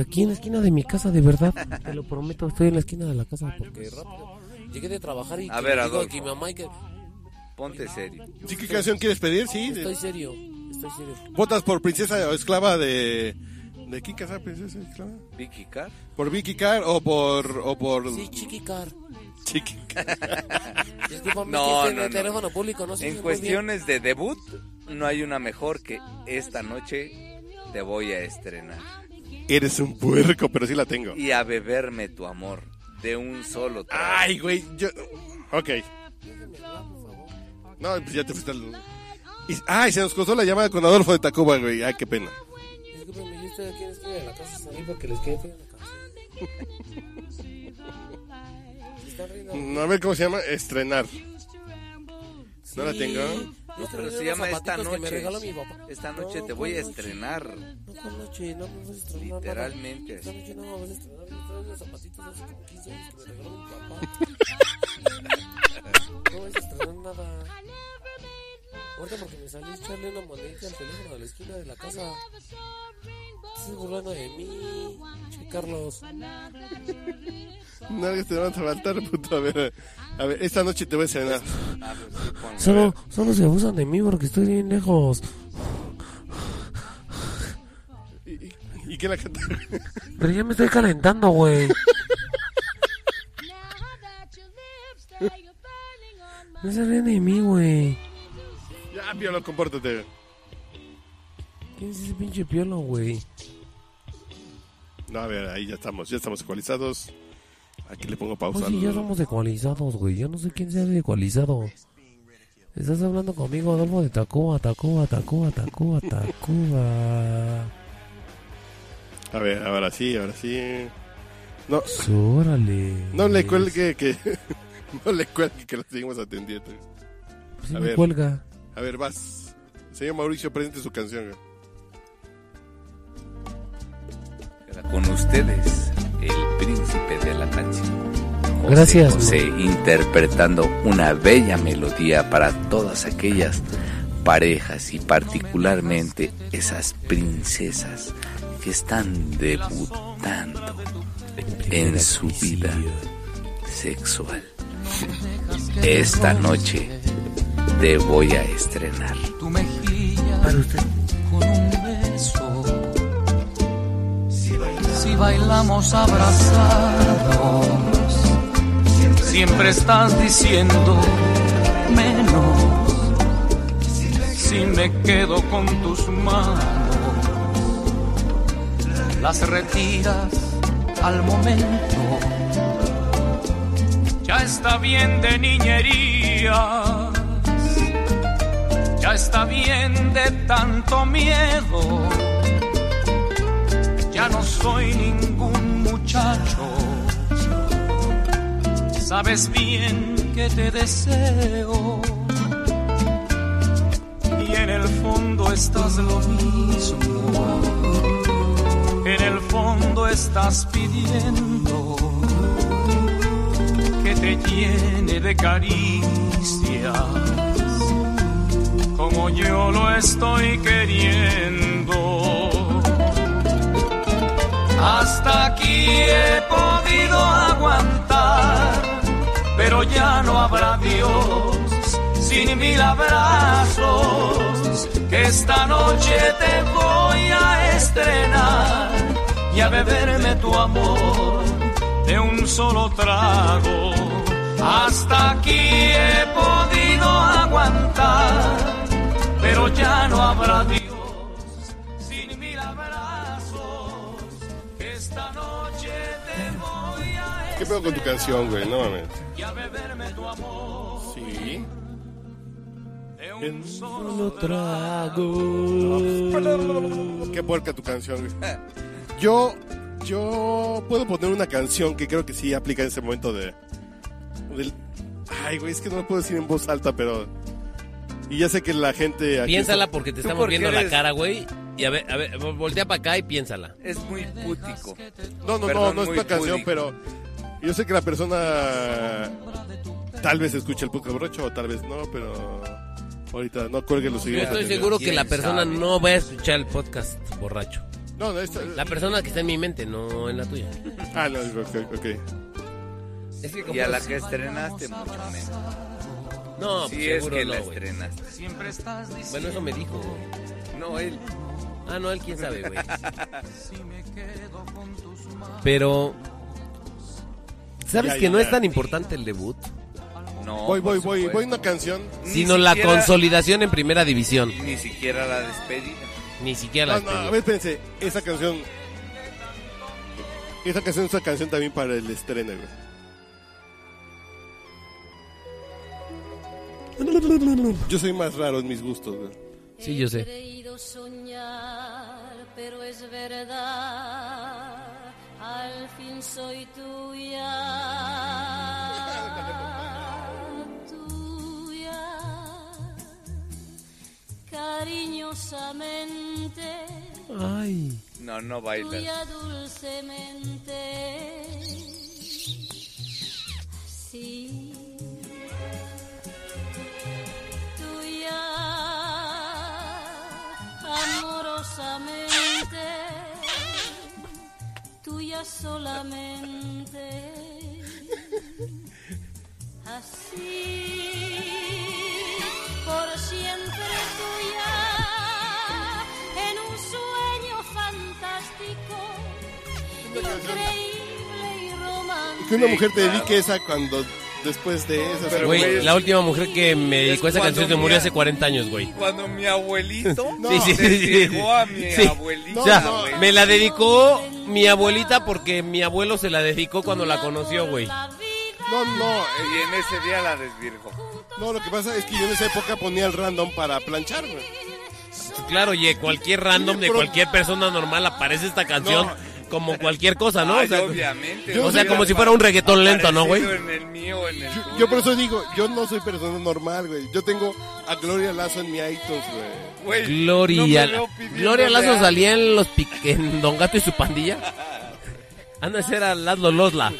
Speaker 1: Aquí en la esquina de mi casa, de verdad. Te lo prometo, estoy en la esquina de la casa porque rápido. Llegué de trabajar y
Speaker 3: A
Speaker 1: que
Speaker 3: ver,
Speaker 1: le digo
Speaker 3: Adolfo.
Speaker 1: que mi mamá y que
Speaker 3: Ponte serio.
Speaker 2: Sí, ¿qué canción quieres pedir? Sí. de-
Speaker 1: estoy serio, estoy serio.
Speaker 2: ¿Votas por Princesa o Esclava de... ¿De quién casar Princesa o Esclava?
Speaker 3: Vicky Carr.
Speaker 2: ¿Por Vicky Carr o por... o por...
Speaker 1: Sí, chiquicar.
Speaker 2: Chiqui Carr?
Speaker 1: Discúlpame,
Speaker 3: No,
Speaker 1: es que estoy
Speaker 3: no,
Speaker 1: en el
Speaker 3: no.
Speaker 1: teléfono público, no sé.
Speaker 3: En cuestiones de debut, no hay una mejor que esta noche te voy a estrenar.
Speaker 2: Eres un puerco, pero sí la tengo.
Speaker 3: Y a beberme tu amor de un solo trago.
Speaker 2: Ay, güey, yo... Ok. No, pues ya te fuiste al... Y- Ay, se nos costó la llamada con Adolfo de Tacuba, güey. Ay, qué pena.
Speaker 1: Discúlpame, yo estoy aquí en la esquina de la casa, salí porque les quedé feo en la casa. Se están riendo.
Speaker 2: Mm, A ver, ¿cómo se llama? Estrenar. No la
Speaker 1: Sí,
Speaker 2: tengo.
Speaker 1: yo estoy
Speaker 3: Pero
Speaker 1: viendo
Speaker 3: se
Speaker 1: los
Speaker 3: llama esta
Speaker 1: zapatitos que me
Speaker 3: noche.
Speaker 1: regaló mi papá.
Speaker 3: Esta noche
Speaker 1: No,
Speaker 3: te voy a
Speaker 1: ¿cuál noche?
Speaker 3: estrenar.
Speaker 1: No, ¿cuál noche? No, no vas a estrenar nada.
Speaker 3: Literalmente.
Speaker 1: Esta noche no me vas a estrenar, yo traigo unos zapatitos hace como 15 años que me regaló mi papá. No vas a estrenar nada. Ahorita porque me salí a echarle una monedita al teléfono de la esquina de la casa. Te Estás burlando de mí, che, Carlos.
Speaker 2: No, que te van a faltar, puto. A ver, a ver, esta noche te voy a estrenar.
Speaker 3: Ah, pues sí, ponlo.
Speaker 1: Solo, solo se abusan de mí porque estoy bien lejos.
Speaker 2: ¿Y, y, y quién la canta?
Speaker 1: Pero ya me estoy calentando, güey. No se ríen de mí, güey.
Speaker 2: ya, Piolo, compórtate.
Speaker 1: ¿Quién es ese pinche piolo, güey?
Speaker 2: No, a ver, ahí ya estamos, ya estamos ecualizados. Aquí le pongo
Speaker 1: Pues
Speaker 2: pausa.
Speaker 1: sí, ya
Speaker 2: al-
Speaker 1: somos ecualizados, güey. Yo no sé quién sea el ecualizado. Estás hablando conmigo, Adolfo de Tacuba, Tacuba, Tacuba, Tacuba, Tacuba.
Speaker 2: A ver, ahora sí, ahora sí. No,
Speaker 1: Órale.
Speaker 2: no le cuelgue que... no le cuelgue que lo seguimos atendiendo.
Speaker 1: Sí
Speaker 2: a
Speaker 1: me
Speaker 2: ver.
Speaker 1: cuelga.
Speaker 2: A ver, vas. Señor Mauricio, presente su canción. güey.
Speaker 3: Con ustedes, el príncipe de la canción. José
Speaker 1: Gracias,
Speaker 3: José, interpretando una bella melodía para todas aquellas parejas y particularmente esas princesas que están debutando en su vida sexual. Esta noche te voy a estrenar.
Speaker 5: tu mejilla con un beso. Si bailamos abrazados, siempre estás diciendo menos. Si me quedo con tus manos, las retiras al momento. Ya está bien de niñerías. Ya está bien de tanto miedo. Ya no soy ningún muchacho. Sabes bien que te deseo. Y en el fondo estás lo mismo. En el fondo estás pidiendo que te llene de caricias como yo lo estoy queriendo. Hasta aquí he podido aguantar, pero ya no habrá Dios sin mil abrazos. Que esta noche te voy a estrenar y a beberme tu amor de un solo trago. Hasta aquí he podido podido aguantar, pero ya no habrá Dios sin mil abrazos. Esta noche te voy a
Speaker 2: ¿Qué pedo con tu canción, güey? No mames.
Speaker 5: y a beberme tu amor
Speaker 2: Sí.
Speaker 5: de
Speaker 2: Bien.
Speaker 5: un solo
Speaker 1: Solo trago.
Speaker 2: Qué porca tu canción, güey. Yo, yo puedo poner una canción que creo que sí aplica en ese momento de... del- Ay, güey, es que no lo puedo decir en voz alta, pero... Y ya sé que la gente... aquí
Speaker 1: Piénsala
Speaker 2: está-
Speaker 1: porque te
Speaker 3: ¿Tú
Speaker 1: estamos
Speaker 3: por qué
Speaker 1: viendo la
Speaker 3: eres-
Speaker 1: cara, güey. Y a ver, a ver, vol- voltea para acá y piénsala.
Speaker 3: Es muy pútico.
Speaker 2: No, no,
Speaker 3: Perdón,
Speaker 2: no, no es
Speaker 3: muy
Speaker 2: una canción,
Speaker 3: pudic.
Speaker 2: pero... Yo sé que la persona... Tal vez escuche el podcast borracho o tal vez no, pero... Ahorita no cuelgue los
Speaker 1: Yo
Speaker 2: seguidores.
Speaker 1: estoy seguro que la
Speaker 3: ¿Quién
Speaker 1: persona
Speaker 3: sabe?
Speaker 1: no va a escuchar el podcast borracho.
Speaker 2: No, no, esta-
Speaker 1: La persona que está en mi mente, no en la tuya.
Speaker 2: Ah, no, ok, ok.
Speaker 1: Es que
Speaker 3: Y a la que estrenaste mucho menos.
Speaker 1: No,
Speaker 3: Si
Speaker 1: pues
Speaker 3: es
Speaker 1: seguro
Speaker 3: que la
Speaker 1: no, güey.
Speaker 3: estrenaste.
Speaker 5: Siempre estás diciendo
Speaker 1: Bueno, eso me dijo.
Speaker 3: No, él.
Speaker 1: Ah, no, él quién sabe, güey.
Speaker 5: si me quedo con tus manos.
Speaker 1: Pero... ¿Sabes
Speaker 2: Ya,
Speaker 1: que
Speaker 2: ya,
Speaker 1: no
Speaker 2: ya.
Speaker 1: es tan importante el debut?
Speaker 3: No,
Speaker 2: Voy,
Speaker 3: por
Speaker 2: voy, voy,
Speaker 3: supuesto.
Speaker 2: voy una canción.
Speaker 3: Ni
Speaker 1: Sino la
Speaker 3: siquiera-
Speaker 1: consolidación en primera división.
Speaker 3: Ni siquiera la despedida.
Speaker 1: Ni siquiera la
Speaker 2: No, no, a ver, espérense, esa canción. Esa canción es una canción también para el estreno, güey. Yo soy más raro en mis gustos, güey.
Speaker 1: Sí, yo
Speaker 6: He
Speaker 1: sé.
Speaker 6: creído soñar, pero es verdad. Al fin soy tuya. Tuya. Cariñosamente.
Speaker 1: Ay.
Speaker 3: No, no bailas.
Speaker 6: Tuya dulcemente. Sí. Tuya amorosamente. Tuya solamente. Así. Por siempre tuya, en un sueño fantástico, increíble y romántico.
Speaker 2: Que una mujer te dedique esa cuando después de esa.
Speaker 3: Pero,
Speaker 2: güey,
Speaker 1: Güey,
Speaker 3: güey,
Speaker 1: la última mujer que me
Speaker 3: es
Speaker 1: dedicó a esa
Speaker 3: cuando
Speaker 1: canción se murió
Speaker 3: mira-
Speaker 1: hace 40 años, güey.
Speaker 3: Cuando mi abuelito
Speaker 2: No.
Speaker 3: sí,
Speaker 2: Sí, sí,
Speaker 3: a mi
Speaker 1: Sí.
Speaker 3: abuelito.
Speaker 1: o sea,
Speaker 2: No, no.
Speaker 1: me la dedicó mi abuelita porque mi abuelo se la dedicó cuando la conoció, güey.
Speaker 6: La vida
Speaker 2: No, no, eh,
Speaker 3: Y en ese día la desvirgo.
Speaker 2: no, lo que pasa es que yo en esa época ponía el random para planchar, güey.
Speaker 1: Claro, y cualquier random de cualquier persona normal aparece esta canción como cualquier cosa, Ah, ¿no? O
Speaker 3: Ay,
Speaker 1: sea,
Speaker 3: obviamente.
Speaker 2: yo-
Speaker 3: no
Speaker 1: o sea,
Speaker 3: hubiera
Speaker 1: como si fuera un reggaetón lento, ¿no, güey?
Speaker 3: aparecido En el mío, en el tuyo.
Speaker 2: Yo por eso digo, yo no soy persona normal, güey. Yo tengo a Gloria Lazo en mi iTunes, güey.
Speaker 3: Güey, no me
Speaker 1: Gloria,
Speaker 3: veo pidiéndole
Speaker 1: Gloria Lazo
Speaker 3: a-
Speaker 1: salía en los pic- en Don Gato y su pandilla. Anda, ese era Lazlo Losla.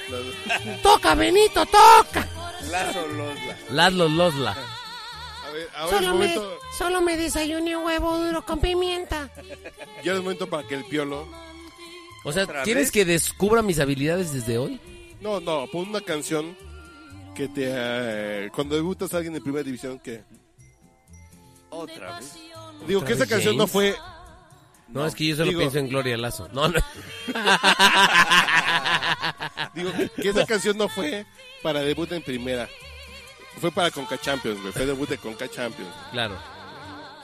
Speaker 1: ¡Toca, Benito, toca!
Speaker 3: Lazo Losla.
Speaker 1: Lazlo Losla.
Speaker 2: A ver, ahora es
Speaker 7: Solo me,
Speaker 2: momento,
Speaker 7: solo me desayuné un huevo duro con pimienta.
Speaker 2: ya es momento para que el piolo.
Speaker 1: O sea,
Speaker 3: ¿Otra
Speaker 1: ¿quieres
Speaker 3: vez?
Speaker 1: que descubra mis habilidades desde hoy?
Speaker 2: No, no, pon una canción que te. eh, cuando debutas a alguien en primera división, que.
Speaker 3: Otra vez.
Speaker 2: Digo que
Speaker 1: ¿Otra
Speaker 2: esa
Speaker 1: vez
Speaker 2: canción no
Speaker 1: James?
Speaker 2: fue.
Speaker 1: No, es que yo solo
Speaker 2: digo-
Speaker 1: pienso en Gloria Lazo. No, no.
Speaker 2: Digo que esa canción no fue para debut en primera. Fue para Conca Champions, güey. Fue debut de Conca Champions.
Speaker 1: Claro.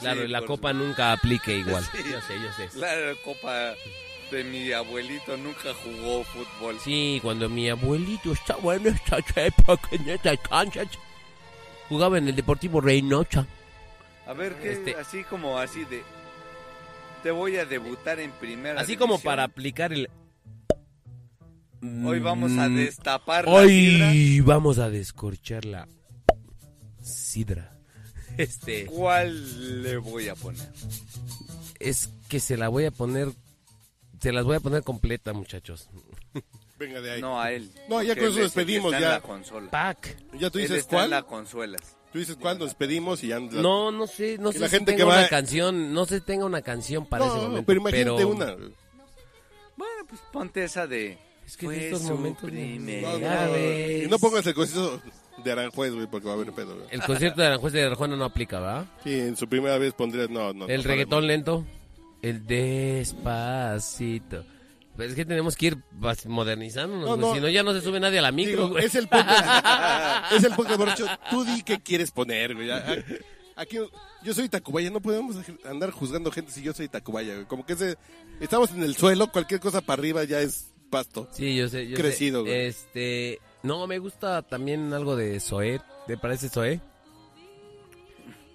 Speaker 1: Claro,
Speaker 3: Sí,
Speaker 1: y la
Speaker 3: por-
Speaker 1: copa nunca aplique igual. Yo sé, yo sé.
Speaker 3: La copa de mi abuelito nunca jugó fútbol.
Speaker 1: Sí, cuando mi abuelito estaba en esta época, en estas canchas, jugaba en el Deportivo Reynocha.
Speaker 3: A ver, ¿qué?
Speaker 1: Este-
Speaker 3: Así como así de... Te voy a debutar en primera
Speaker 1: Así como
Speaker 3: división.
Speaker 1: para aplicar el...
Speaker 3: Hoy vamos a destapar la sidra.
Speaker 1: mm, Hoy vamos a descorchar la sidra. Este,
Speaker 3: ¿Cuál le voy a poner?
Speaker 1: es que se la voy a poner, se las voy a poner completa, muchachos.
Speaker 2: Venga de ahí.
Speaker 3: No a él.
Speaker 2: No, ya
Speaker 3: Que
Speaker 2: con eso
Speaker 3: él
Speaker 2: nos
Speaker 3: es el que
Speaker 2: despedimos,
Speaker 3: está en
Speaker 2: ya.
Speaker 3: la consola.
Speaker 1: Pack.
Speaker 2: Ya tú
Speaker 3: Él
Speaker 2: dices
Speaker 3: está en la
Speaker 2: cuál.
Speaker 3: consuelas.
Speaker 2: Tú dices cuál, nos pedimos y ya.
Speaker 1: No, no sé, no
Speaker 2: Que
Speaker 1: sé
Speaker 2: la
Speaker 1: si
Speaker 2: gente
Speaker 1: tenga
Speaker 2: que va-
Speaker 1: una canción, no sé si tenga una canción para ese
Speaker 2: No,
Speaker 1: momento.
Speaker 2: pero imagínate una.
Speaker 3: Bueno, pues ponte esa de...
Speaker 1: Es que en
Speaker 3: fue
Speaker 1: estos
Speaker 3: su
Speaker 1: momentos me-
Speaker 3: primera
Speaker 2: No,
Speaker 1: Ya
Speaker 2: no, y
Speaker 1: ves.
Speaker 2: no pongas el concierto de Aranjuez, güey, porque va a haber pedo, güey.
Speaker 1: El concierto de Aranjuez de Arjona no aplica, ¿verdad?
Speaker 2: Sí, en su primera vez pondrías. No, no.
Speaker 1: El
Speaker 2: no,
Speaker 1: reggaetón lento. El despacito. Pero es que tenemos que ir vas- modernizándonos,
Speaker 2: No,
Speaker 1: güey,
Speaker 2: no.
Speaker 1: si no ya no se sube nadie a la micro,
Speaker 2: Digo,
Speaker 1: güey.
Speaker 2: es el podcast. es el podcast borracho. Tú di qué quieres poner, güey. A- a- Aquí yo soy Tacubaya, no podemos andar juzgando gente si yo soy Tacubaya, güey. Como que ese, estamos en el suelo, cualquier cosa para arriba ya es pasto.
Speaker 1: Sí, yo sé. yo sé.
Speaker 2: Crecido, güey.
Speaker 1: Este, no, me gusta también algo de Zoé. ¿Te parece Zoé?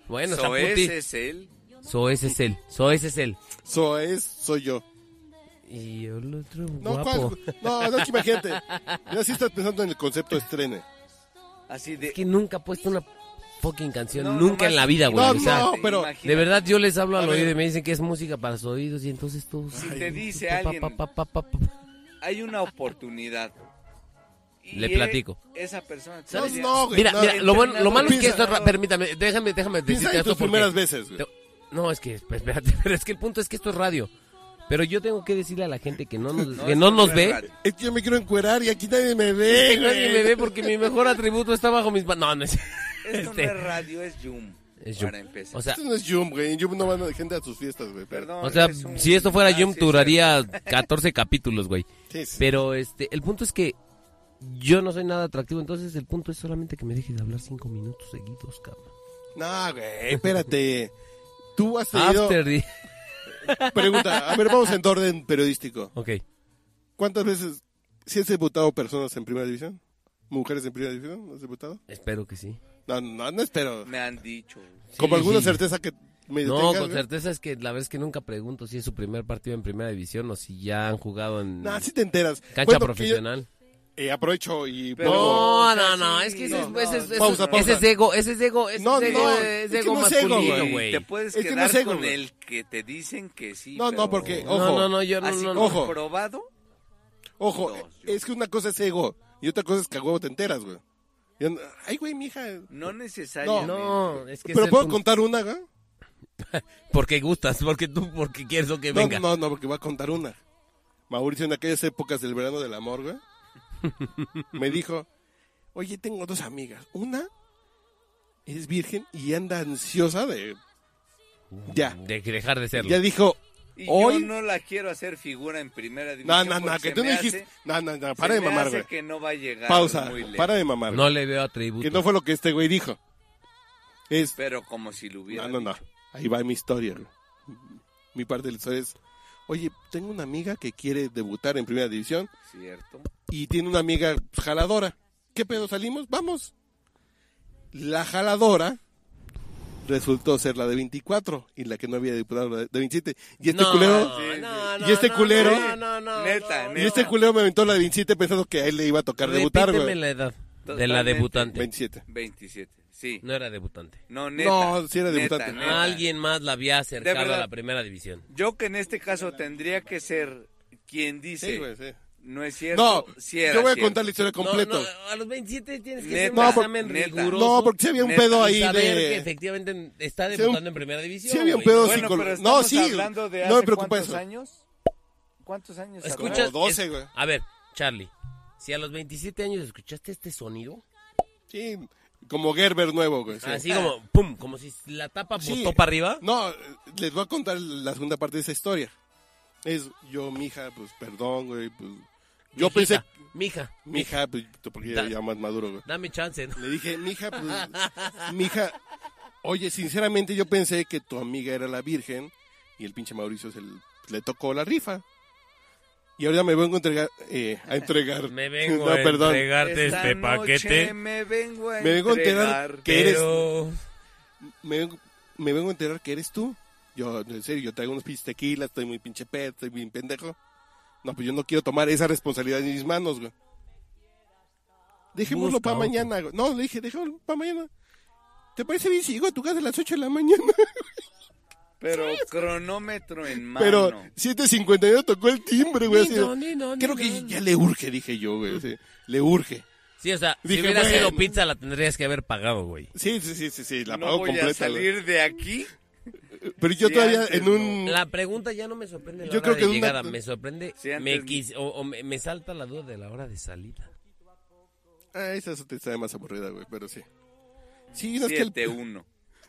Speaker 1: Bueno,
Speaker 3: So,
Speaker 1: Zaputi.
Speaker 3: ese es él.
Speaker 1: Zoé es él. Zoé es él.
Speaker 2: So es, soy yo.
Speaker 1: Y el otro
Speaker 2: No,
Speaker 1: guapo.
Speaker 2: ¿cuál? no, no, que imagínate. Ya sí estás pensando en el concepto estrene.
Speaker 3: Así de.
Speaker 1: Es que nunca he puesto una fucking canción.
Speaker 3: No,
Speaker 1: nunca
Speaker 3: nomás-
Speaker 1: en la vida, güey.
Speaker 2: No,
Speaker 1: o sea,
Speaker 2: no, pero-
Speaker 1: De verdad, yo les hablo
Speaker 2: A
Speaker 1: al
Speaker 2: ver.
Speaker 1: oído y me dicen que es música para los oídos y entonces tú...
Speaker 3: Si te dice
Speaker 1: Pa, pa,
Speaker 3: alguien,
Speaker 1: pa, pa, pa, pa.
Speaker 3: hay una oportunidad. Y
Speaker 1: Le
Speaker 3: e-
Speaker 1: platico.
Speaker 3: Esa persona. te
Speaker 2: No,
Speaker 3: diría,
Speaker 2: no, güey.
Speaker 1: Mira,
Speaker 2: no.
Speaker 1: mira, lo bueno, lo malo es que
Speaker 2: Piensa-
Speaker 1: esto es... ra- Permítame, déjame, déjame
Speaker 2: Piensa
Speaker 1: decirte
Speaker 2: en
Speaker 1: esto
Speaker 2: tus
Speaker 1: porque...
Speaker 2: primeras veces, güey.
Speaker 1: Te- No, es que, pues, espérate, pero es que el punto es que esto es radio. Pero yo tengo que decirle a la gente que no nos, que
Speaker 3: es
Speaker 1: no nos
Speaker 3: una
Speaker 1: ve.
Speaker 3: radio.
Speaker 2: Es que yo me quiero encuerar y aquí nadie me ve,
Speaker 1: que
Speaker 2: güey.
Speaker 1: nadie me ve porque mi mejor atributo está bajo mis... pa- No, no es...
Speaker 3: Esto
Speaker 1: Este-
Speaker 3: no es radio, es Zoom.
Speaker 1: Es
Speaker 3: Para
Speaker 1: Yum.
Speaker 3: empezar.
Speaker 1: O sea,
Speaker 2: Esto no es Yum, güey. En Yum no van a gente a sus fiestas, güey. pero-
Speaker 3: Perdón.
Speaker 1: o sea
Speaker 3: es un-
Speaker 1: si esto fuera
Speaker 3: Ah,
Speaker 1: Yum,
Speaker 3: sí,
Speaker 1: duraría 14 capítulos, güey.
Speaker 2: Sí, sí.
Speaker 1: Pero este, el punto es que yo no soy nada atractivo, entonces el punto es solamente que me deje de hablar 5 minutos seguidos, cabrón.
Speaker 2: No, güey, espérate. Tú has tenido...
Speaker 1: After the...
Speaker 2: Pregunta, a ver, vamos en orden periodístico.
Speaker 1: Ok.
Speaker 2: ¿Cuántas veces si has debutado personas en primera división? ¿Mujeres en primera división? ¿Has debutado?
Speaker 1: Espero que sí.
Speaker 2: No, no, no espero.
Speaker 3: Me han dicho.
Speaker 2: Como
Speaker 1: Sí,
Speaker 2: alguna
Speaker 1: sí.
Speaker 2: certeza que me
Speaker 1: No,
Speaker 2: detengas,
Speaker 1: con
Speaker 2: güey.
Speaker 1: certeza es que la verdad es que nunca pregunto si es su primer partido en primera división o si ya han jugado en
Speaker 2: Nah, sí te enteras.
Speaker 1: cancha
Speaker 2: Bueno,
Speaker 1: profesional.
Speaker 2: que yo- eh, aprovecho y...
Speaker 3: Pero-
Speaker 2: pongo-
Speaker 1: No,
Speaker 3: o sea,
Speaker 1: no, no,
Speaker 3: sí,
Speaker 1: es que ese,
Speaker 3: no,
Speaker 1: es- ese
Speaker 2: no.
Speaker 1: es- ese es-
Speaker 2: Pausa, pausa.
Speaker 1: ese es ego, ese es ego, ese
Speaker 2: No,
Speaker 1: es ego,
Speaker 2: no,
Speaker 1: ese
Speaker 2: es
Speaker 1: es
Speaker 2: que
Speaker 1: ego
Speaker 2: no es ego,
Speaker 1: masculino,
Speaker 2: güey.
Speaker 1: güey.
Speaker 3: Te puedes
Speaker 2: Es que no
Speaker 3: quedar
Speaker 2: es ego,
Speaker 3: con
Speaker 2: güey.
Speaker 3: el que te dicen que sí.
Speaker 2: No, no,
Speaker 3: pero
Speaker 2: porque-
Speaker 1: No,
Speaker 2: Ojo.
Speaker 1: no, no, yo no,
Speaker 3: Así
Speaker 1: no, no.
Speaker 2: Ojo.
Speaker 3: comprobado.
Speaker 2: Ojo,
Speaker 3: No,
Speaker 2: eh,
Speaker 3: yo-
Speaker 2: es que una cosa es ego y otra cosa es que a huevo te enteras, güey. Yo no- Ay, güey, mija.
Speaker 3: No necesariamente.
Speaker 1: No, es que es
Speaker 2: ¿Pero
Speaker 1: el
Speaker 2: puedo
Speaker 1: punto.
Speaker 2: contar una, güey?
Speaker 1: porque gustas, porque tú porque quieres o que
Speaker 2: No,
Speaker 1: Eh, venga.
Speaker 2: no, no, porque voy a contar una. Mauricio, en aquellas épocas del verano del amor, güey, me dijo, oye, tengo dos amigas. Una es virgen y anda ansiosa de...
Speaker 1: Uh,
Speaker 2: Ya.
Speaker 1: De dejar de serlo.
Speaker 2: Ya dijo,
Speaker 3: Y
Speaker 2: hoy...
Speaker 3: yo no la quiero hacer figura en primera
Speaker 2: No,
Speaker 3: división.
Speaker 2: no, no,
Speaker 3: porque
Speaker 2: que tú
Speaker 3: me
Speaker 2: no
Speaker 3: hace-
Speaker 2: dijiste... No, no, no, para
Speaker 3: se
Speaker 2: de
Speaker 3: me
Speaker 2: mamar,
Speaker 3: hace
Speaker 2: güey.
Speaker 3: que no va a llegar
Speaker 2: Pausa,
Speaker 3: muy lejos.
Speaker 2: para de mamar.
Speaker 1: No
Speaker 2: güey.
Speaker 1: le veo
Speaker 2: Que
Speaker 1: atributos.
Speaker 2: no fue lo que este güey dijo. Es...
Speaker 3: Pero como si lo hubiera.
Speaker 2: No, no, no.
Speaker 3: dicho.
Speaker 2: Ahí va mi historia. güey. Mi parte de la historia es... Oye, tengo una amiga que quiere debutar en primera división.
Speaker 3: Cierto.
Speaker 2: y tiene una amiga jaladora. ¿Qué pedo salimos? Vamos. La jaladora resultó ser la de 24 y la que no había diputado la de 27. Y este
Speaker 1: No,
Speaker 2: culero
Speaker 1: no, no,
Speaker 2: y este
Speaker 1: no,
Speaker 2: culero-
Speaker 1: no, no, no,
Speaker 3: Neta,
Speaker 1: no.
Speaker 2: y este culero me aventó la de 27 pensando que a él le iba a tocar debutar,
Speaker 1: Repíteme
Speaker 2: güey.
Speaker 1: la edad de la
Speaker 3: Totalmente.
Speaker 1: debutante.
Speaker 2: 27.
Speaker 3: 27. Sí.
Speaker 1: No era debutante.
Speaker 3: No, neta.
Speaker 2: No, sí era
Speaker 3: neta,
Speaker 2: debutante.
Speaker 3: neta.
Speaker 1: Alguien más la había
Speaker 3: De
Speaker 1: acercado
Speaker 3: verdad.
Speaker 1: a la primera división.
Speaker 3: Yo que en este caso tendría que ser quien dice.
Speaker 2: Sí, güey, sí.
Speaker 3: No es cierto.
Speaker 2: No,
Speaker 3: sí era
Speaker 2: yo voy a
Speaker 3: cierto.
Speaker 2: contar la historia completa.
Speaker 1: No, no, a los 27 tienes que
Speaker 3: Neta.
Speaker 1: hacer un
Speaker 2: No, por-
Speaker 1: examen
Speaker 3: neta.
Speaker 2: No,
Speaker 1: riguroso.
Speaker 2: porque sí había un
Speaker 3: Neta,
Speaker 2: pedo
Speaker 1: y
Speaker 2: ahí
Speaker 1: saber que
Speaker 2: de
Speaker 1: efectivamente está
Speaker 2: un-
Speaker 1: debutando en primera división.
Speaker 2: sí había un
Speaker 1: güey.
Speaker 2: pedo
Speaker 3: Bueno, pero
Speaker 2: psicológico. No,
Speaker 3: estamos
Speaker 2: sí.
Speaker 3: hablando de
Speaker 2: no me
Speaker 3: hace
Speaker 2: preocupa
Speaker 3: cuántos
Speaker 2: eso.
Speaker 3: años. ¿Cuántos años?
Speaker 2: Escucha-
Speaker 3: atrás?
Speaker 1: Escuchas,
Speaker 2: Como 12,
Speaker 1: es-
Speaker 2: güey.
Speaker 1: A ver, Charlie, si a los 27 años escuchaste este sonido,
Speaker 2: Sí, como Gerber nuevo, güey. sí.
Speaker 1: así como pum, como si la tapa
Speaker 2: Sí.
Speaker 1: botó para arriba.
Speaker 2: No, les voy a contar la segunda parte de esa historia. Es yo, mija, pues perdón, güey. Pues, yo
Speaker 1: Mijita,
Speaker 2: pensé,
Speaker 1: mija,
Speaker 2: mija, pues, tú porque ya,
Speaker 1: Da-
Speaker 2: ya más maduro, güey.
Speaker 1: dame chance. ¿no?
Speaker 2: Le dije, mija, pues, mija, oye, sinceramente yo pensé que tu amiga era la virgen y el pinche Mauricio se le, le tocó la rifa. Y ahora me vengo a entregar. eh, a entregar.
Speaker 1: Me vengo
Speaker 2: No,
Speaker 1: a
Speaker 2: perdón.
Speaker 1: entregarte
Speaker 3: Esta
Speaker 1: este
Speaker 3: noche
Speaker 1: paquete,
Speaker 3: Me vengo a
Speaker 2: Me vengo a enterar
Speaker 3: entregar.
Speaker 2: que eres-
Speaker 1: pero
Speaker 2: me, vengo- me vengo a enterar que eres tú. Yo, en serio, yo traigo unos pinches tequilas, estoy muy pinche pedo, estoy bien pendejo. No, pues yo no quiero tomar esa responsabilidad en mis manos, güey. Dejémoslo
Speaker 1: Busca
Speaker 2: para
Speaker 1: otro.
Speaker 2: mañana, güey. No, le dije, dejémoslo para mañana. ¿Te parece bien si llego a tu casa a las 8 de la mañana?
Speaker 3: Pero cronómetro en mano.
Speaker 2: Pero 7.51 tocó el timbre, güey. así de-
Speaker 1: Ni no, ni no, ni
Speaker 2: Creo que
Speaker 1: no.
Speaker 2: ya le urge, dije yo, güey. sí, le urge.
Speaker 1: Sí, o sea,
Speaker 2: Dije,
Speaker 1: si hubiera sido
Speaker 2: bueno.
Speaker 1: pizza la tendrías que haber pagado, güey.
Speaker 2: Sí, sí, sí, sí, sí, la
Speaker 3: no
Speaker 2: pago
Speaker 3: voy
Speaker 2: completa.
Speaker 3: a salir de aquí.
Speaker 2: güey. Pero yo
Speaker 3: Sí,
Speaker 2: todavía
Speaker 3: antes
Speaker 2: en un...
Speaker 1: La pregunta ya no me sorprende la
Speaker 2: Yo
Speaker 1: hora
Speaker 2: creo que
Speaker 1: de
Speaker 2: una-
Speaker 1: llegada, me sorprende,
Speaker 3: Sí, antes-
Speaker 1: me quis- o, o me, me salta la duda de la hora de salida.
Speaker 2: Ah, esa te está más aburrida, güey, pero sí. Sí, no es que el-
Speaker 3: 7-1.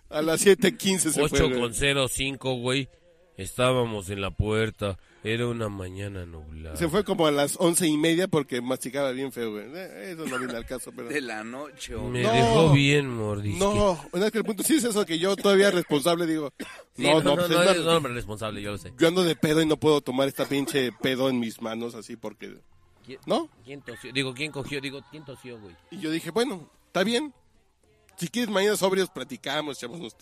Speaker 2: a las 7.15 se fue,
Speaker 1: 8
Speaker 2: güey.
Speaker 1: con 05, güey. Estábamos en la puerta, era una mañana nublada.
Speaker 2: Se fue como a las once y media porque masticaba bien feo, güey. Eh, Eso no viene al caso, pero...
Speaker 3: De la noche. o-
Speaker 1: Me
Speaker 2: No.
Speaker 1: dejó bien mordisque.
Speaker 2: No, en aquel punto sí es eso que yo todavía responsable digo.
Speaker 1: Sí,
Speaker 2: no, no, pues, es una-
Speaker 1: eres un hombre responsable, yo lo sé.
Speaker 2: yo ando de pedo y no puedo tomar esta pinche pedo en mis manos así porque...
Speaker 1: ¿Quién-
Speaker 2: ¿No?
Speaker 1: ¿Quién tosió? Digo, ¿quién cogió? Digo, ¿quién tosió, güey?
Speaker 2: Y yo dije, bueno, está bien. Si quieres mañana sobrios platicamos, echamos unos-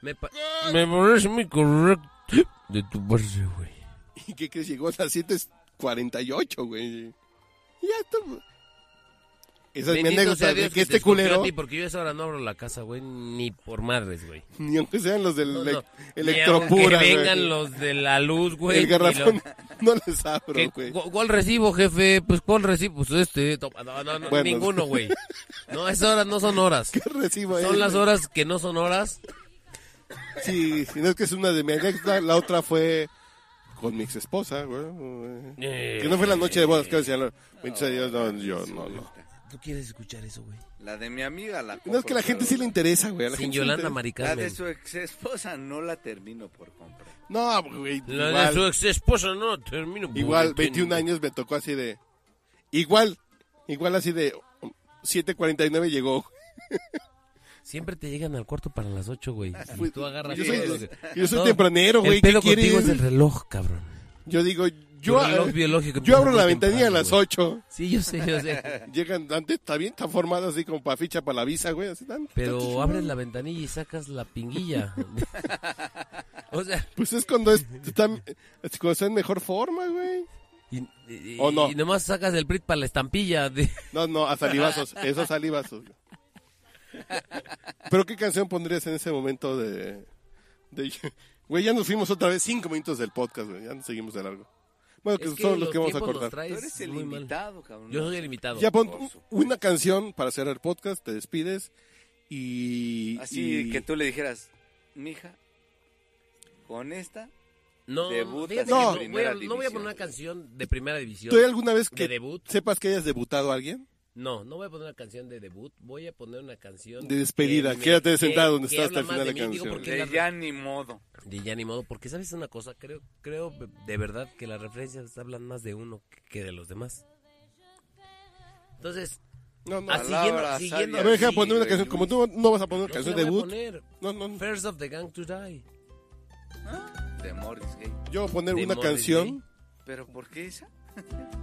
Speaker 1: Me, pa- me parece muy correcto de tu parte, güey.
Speaker 2: ¿Y qué crees? Llegó a las 7.48, güey. Y Ya tú... Esa es mi
Speaker 1: Bendito
Speaker 2: anécdota
Speaker 1: sea
Speaker 2: de
Speaker 1: Dios
Speaker 2: que
Speaker 1: te
Speaker 2: este
Speaker 1: escogió a
Speaker 2: culero,
Speaker 1: ti, porque yo a esa hora no abro la casa, güey, ni por madres, güey.
Speaker 2: ni aunque sean los del
Speaker 1: No,
Speaker 2: ele-
Speaker 1: no.
Speaker 2: electropura,
Speaker 1: Que
Speaker 2: güey,
Speaker 1: vengan los de la luz, güey. y
Speaker 2: el
Speaker 1: lo-
Speaker 2: garrafón, no les abro,
Speaker 1: ¿Qué-
Speaker 2: güey.
Speaker 1: cu- ¿Cuál recibo, jefe? Pues, ¿cuál recibo? Pues este. toma, No, no, no,
Speaker 2: Bueno.
Speaker 1: ninguno, güey. No, esas horas no son horas.
Speaker 2: ¿Qué recibo es,
Speaker 1: Son las
Speaker 2: güey?
Speaker 1: horas que no son horas.
Speaker 2: Sí, si no es que es una de mi anécdota, la otra fue con mi ex esposa, güey.
Speaker 1: Eh.
Speaker 2: Que no fue la noche de bodas, que decía, no, bendito sea Dios, no, yo no, no.
Speaker 1: ¿Tú quieres escuchar eso, güey?
Speaker 3: La de mi amiga la
Speaker 2: No es que a la gente sí le interesa, güey. a la
Speaker 1: Sin
Speaker 2: gente sí le
Speaker 1: Yolanda
Speaker 2: interesa.
Speaker 3: La de
Speaker 1: Maricarmen.
Speaker 3: su ex esposa no la termino por comprar.
Speaker 2: No, güey.
Speaker 1: La de
Speaker 2: igual.
Speaker 1: su ex esposa, no, termino.
Speaker 2: Igual,
Speaker 1: boletín.
Speaker 2: 21 años me tocó así de. Igual, igual así de. 7.49 llegó.
Speaker 1: Siempre te llegan al cuarto para las 8, güey. Y tú agarras
Speaker 2: Yo
Speaker 1: todo,
Speaker 2: soy,
Speaker 1: güey.
Speaker 2: yo soy
Speaker 1: No,
Speaker 2: tempranero, güey.
Speaker 1: El
Speaker 2: ¿Qué
Speaker 1: pedo contigo
Speaker 2: quieres?
Speaker 1: es el reloj, cabrón.
Speaker 2: Yo digo,
Speaker 1: Tu
Speaker 2: yo,
Speaker 1: reloj biológico pues,
Speaker 2: yo abro
Speaker 1: empieza
Speaker 2: la
Speaker 1: muy
Speaker 2: ventanilla a
Speaker 1: temprano,
Speaker 2: las
Speaker 1: güey.
Speaker 2: 8.
Speaker 1: Sí, yo sé, yo sé.
Speaker 2: Llegan antes, está bien, está formado así como para ficha, para la visa, güey. Así tan-
Speaker 1: Pero
Speaker 2: tan-
Speaker 1: abres la ventanilla y sacas la pinguilla. o sea,
Speaker 2: Pues es cuando es- están, es cuando está en mejor forma, güey.
Speaker 1: y, y-
Speaker 2: ¿O no?
Speaker 1: y nomás sacas el Brit para la estampilla. de-
Speaker 2: No, no, a salivazos, esos salivazos. Pero ¿qué canción pondrías en ese momento de... de- Güey, ya nos fuimos otra vez cinco minutos del podcast, güey, ya nos seguimos de largo. Bueno, que
Speaker 1: Es
Speaker 2: son los que vamos a
Speaker 1: tiempos
Speaker 2: cortar.
Speaker 1: nos traes
Speaker 3: Tú eres el
Speaker 1: muy mal.
Speaker 3: invitado, cabrón.
Speaker 1: Yo soy el invitado.
Speaker 2: Ya pon
Speaker 3: Por supuesto.
Speaker 2: una canción para cerrar el podcast, te despides y...
Speaker 3: Así
Speaker 2: y-
Speaker 3: que tú le dijeras, mija, con esta,
Speaker 1: No,
Speaker 3: Debutas
Speaker 1: fíjate que
Speaker 2: en
Speaker 1: no, voy
Speaker 3: primera
Speaker 1: a, no voy a
Speaker 3: división.
Speaker 1: poner una canción de primera división.
Speaker 2: ¿Tú hay alguna vez
Speaker 1: ¿De
Speaker 2: que
Speaker 1: debut?
Speaker 2: sepas que hayas debutado a alguien?
Speaker 1: No, no voy a poner una canción de debut. Voy a poner una canción.
Speaker 2: De despedida,
Speaker 1: que me-
Speaker 2: quédate
Speaker 1: que-
Speaker 2: sentado donde
Speaker 1: que
Speaker 2: estás hasta el
Speaker 1: habla
Speaker 2: final de
Speaker 1: más
Speaker 2: la
Speaker 1: mí, digo,
Speaker 2: canción.
Speaker 1: porque
Speaker 3: de
Speaker 1: la-
Speaker 3: ya ni modo.
Speaker 1: De ya ni modo, porque sabes una cosa, creo, creo de verdad que las referencias hablan más de uno que de los demás. Entonces,
Speaker 2: No, no.
Speaker 1: Ah,
Speaker 2: A
Speaker 1: siguiendo-
Speaker 3: Palabras
Speaker 1: siguiendo-
Speaker 2: ver,
Speaker 3: sabias,
Speaker 2: deja de
Speaker 3: sí,
Speaker 2: poner una
Speaker 3: güey,
Speaker 2: canción, como
Speaker 3: Luis.
Speaker 2: tú no vas a poner una
Speaker 1: no se
Speaker 2: canción
Speaker 1: la voy a
Speaker 2: debut.
Speaker 1: poner.
Speaker 2: No, no, no.
Speaker 1: First of the Gang to Die.
Speaker 3: De Morris Gay.
Speaker 2: Yo voy a poner
Speaker 1: de
Speaker 2: una
Speaker 1: Morris
Speaker 2: canción...
Speaker 1: Day.
Speaker 3: ¿Pero por qué esa?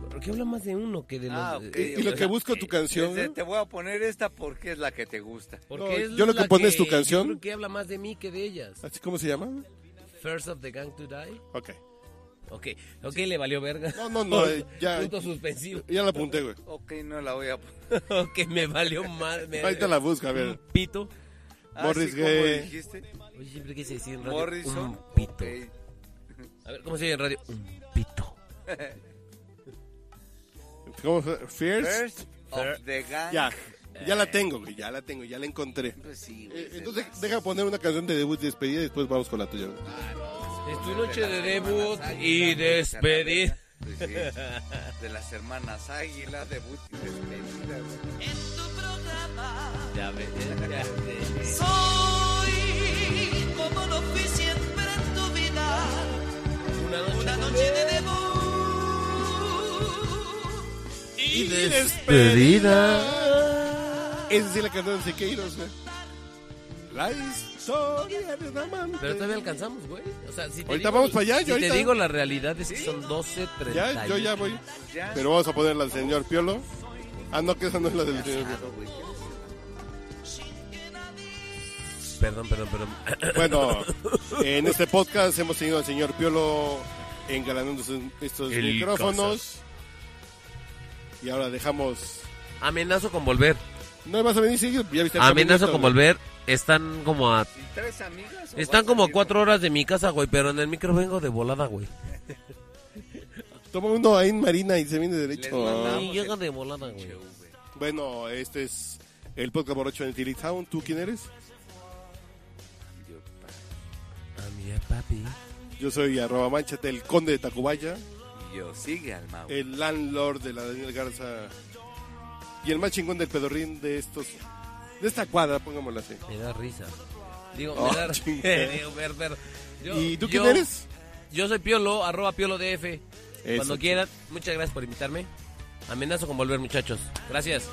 Speaker 1: Porque habla más de uno que de los
Speaker 3: Ah, ok,
Speaker 2: Y lo que busco tu canción. ¿eh?
Speaker 3: Es de, te voy a poner esta porque es la que te gusta.
Speaker 1: Porque
Speaker 2: No,
Speaker 1: es
Speaker 2: yo lo que
Speaker 1: la
Speaker 2: pone es tu canción.
Speaker 1: yo creo que habla más de mí que de ellas.
Speaker 2: ¿Así cómo se llama?
Speaker 1: First of the Gang to Die.
Speaker 2: Ok.
Speaker 1: Ok, ok, le valió verga.
Speaker 2: No, no, no, eh, ya,
Speaker 1: Punto suspensivo.
Speaker 2: ya la apunté, güey.
Speaker 3: Ok, no la voy a poner.
Speaker 1: ok, me valió mal. Me...
Speaker 2: Ahorita la busca, a ver.
Speaker 1: Un pito.
Speaker 2: Morris
Speaker 3: Morris
Speaker 2: Gay.
Speaker 3: Gay. Ah, dijiste?
Speaker 1: Oye, siempre quise decir en radio.
Speaker 3: Morrison.
Speaker 1: Un pito.
Speaker 3: ok.
Speaker 1: A ver, ¿cómo se oye en radio? Un pito.
Speaker 2: ¿Cómo fue? Fierce.
Speaker 3: First of the gang.
Speaker 2: Ya, ya
Speaker 1: Eh.
Speaker 2: la tengo, güey. Ya la tengo, ya la encontré.
Speaker 3: Pues sí, güey,
Speaker 2: Eh,
Speaker 3: se
Speaker 2: Entonces,
Speaker 3: la-
Speaker 2: deja poner una canción de debut y despedida y después vamos con la tuya. güey.
Speaker 1: Es tu noche de debut y despedir.
Speaker 3: Pues sí, De las hermanas Águila, debut y despedida. güey.
Speaker 1: Ya ves, ya ves.
Speaker 4: Soy como lo fui siempre en tu vida,
Speaker 1: Una noche
Speaker 4: una noche de debut.
Speaker 1: y despedida.
Speaker 2: Esa sí la cantaron Siqueiros, güey. La historia de una amante.
Speaker 1: Pero todavía alcanzamos, güey. O sea, si te
Speaker 2: Ahorita
Speaker 1: digo-
Speaker 2: vamos para allá,
Speaker 1: Si
Speaker 2: yo ahorita-
Speaker 1: te digo, la realidad es que son 12, 30.
Speaker 2: Ya, yo ya voy.
Speaker 3: Pues ya.
Speaker 2: Pero vamos a ponerla al señor Piolo. Ah, no, que esa no es la del señor Piolo.
Speaker 3: Claro, güey, ya
Speaker 1: Perdón, perdón, perdón.
Speaker 2: Bueno, en este podcast hemos tenido al señor Piolo engalanando sus- estos
Speaker 1: El
Speaker 2: micrófonos. Y ahora dejamos.
Speaker 1: Amenazo con volver.
Speaker 2: No vas a venir seguido, ya viste. el
Speaker 1: Amenazo
Speaker 2: camioneta,
Speaker 1: con
Speaker 2: güey.
Speaker 1: volver. Están como a.
Speaker 3: ¿Y tres amigas? o
Speaker 1: Están
Speaker 3: vas
Speaker 1: como a
Speaker 3: ir
Speaker 1: cuatro horas de mi casa, güey. Pero en el micro vengo de volada, güey.
Speaker 2: Toma uno ahí en Marina y se viene
Speaker 3: Les
Speaker 2: derecho.
Speaker 3: mandamos
Speaker 1: Sí,
Speaker 2: eh.
Speaker 1: llega
Speaker 3: el
Speaker 1: de volada, güey.
Speaker 3: pinche Uber.
Speaker 2: Bueno, este es el podcast borracho en Tilly Town. ¿Tú quién eres?
Speaker 3: Yo, pa-
Speaker 1: Ah, mira, papi.
Speaker 2: Yo soy arroba manchate, el conde de Tacubaya,
Speaker 3: Yo sigue al Mau.
Speaker 2: el landlord de la Daniel Garza y el más chingón del pedorrín de estos. De esta cuadra, pongámoslo así.
Speaker 1: Me da risa. Digo,
Speaker 2: Oh,
Speaker 1: me da
Speaker 2: chingada.
Speaker 1: digo, ver, ver.
Speaker 2: ¿Y tú
Speaker 1: yo-
Speaker 2: quién eres?
Speaker 1: Yo soy Piolo, arroba Piolo DF.
Speaker 2: Eso.
Speaker 1: Cuando quieran, muchas gracias por invitarme. Amenazo con volver, muchachos. Gracias.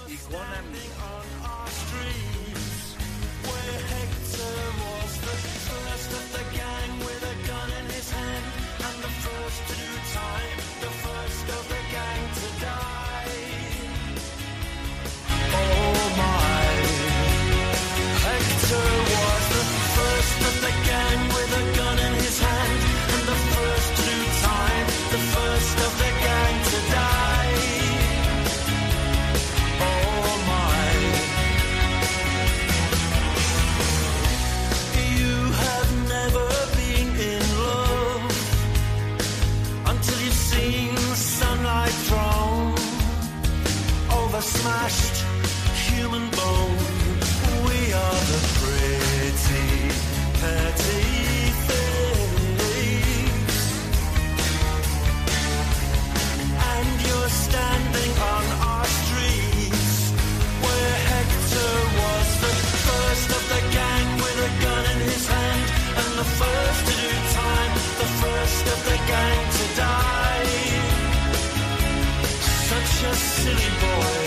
Speaker 8: Oh, until you've seen sunlight thrown over smashed human bone. We are the pretty, petty things, and you're standing on our streets where Hector was the first of the gang with a gun in his hand and the first to do time, the first of the gang to die. Such a silly boy.